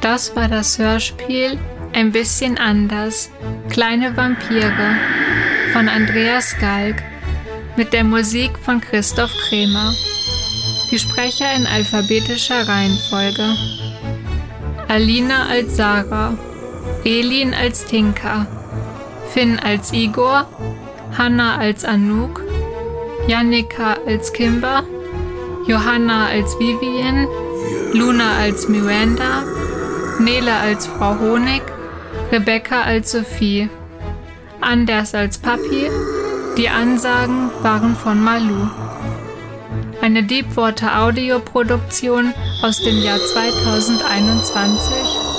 Speaker 2: Das war das Hörspiel Ein bisschen anders. Kleine Vampire von Andreas Galg mit der Musik von Christoph Kremer. Die Sprecher in alphabetischer Reihenfolge. Alina als Sarah, Elin als Tinka, Finn als Igor, Hanna als Anouk, Jannika als Kimber, Johanna als Vivian, Luna als Miranda, Nele als Frau Honig, Rebecca als Sophie, Anders als Papi, die Ansagen waren von Malu. Eine Deepwater Audio Produktion aus dem Jahr 2021.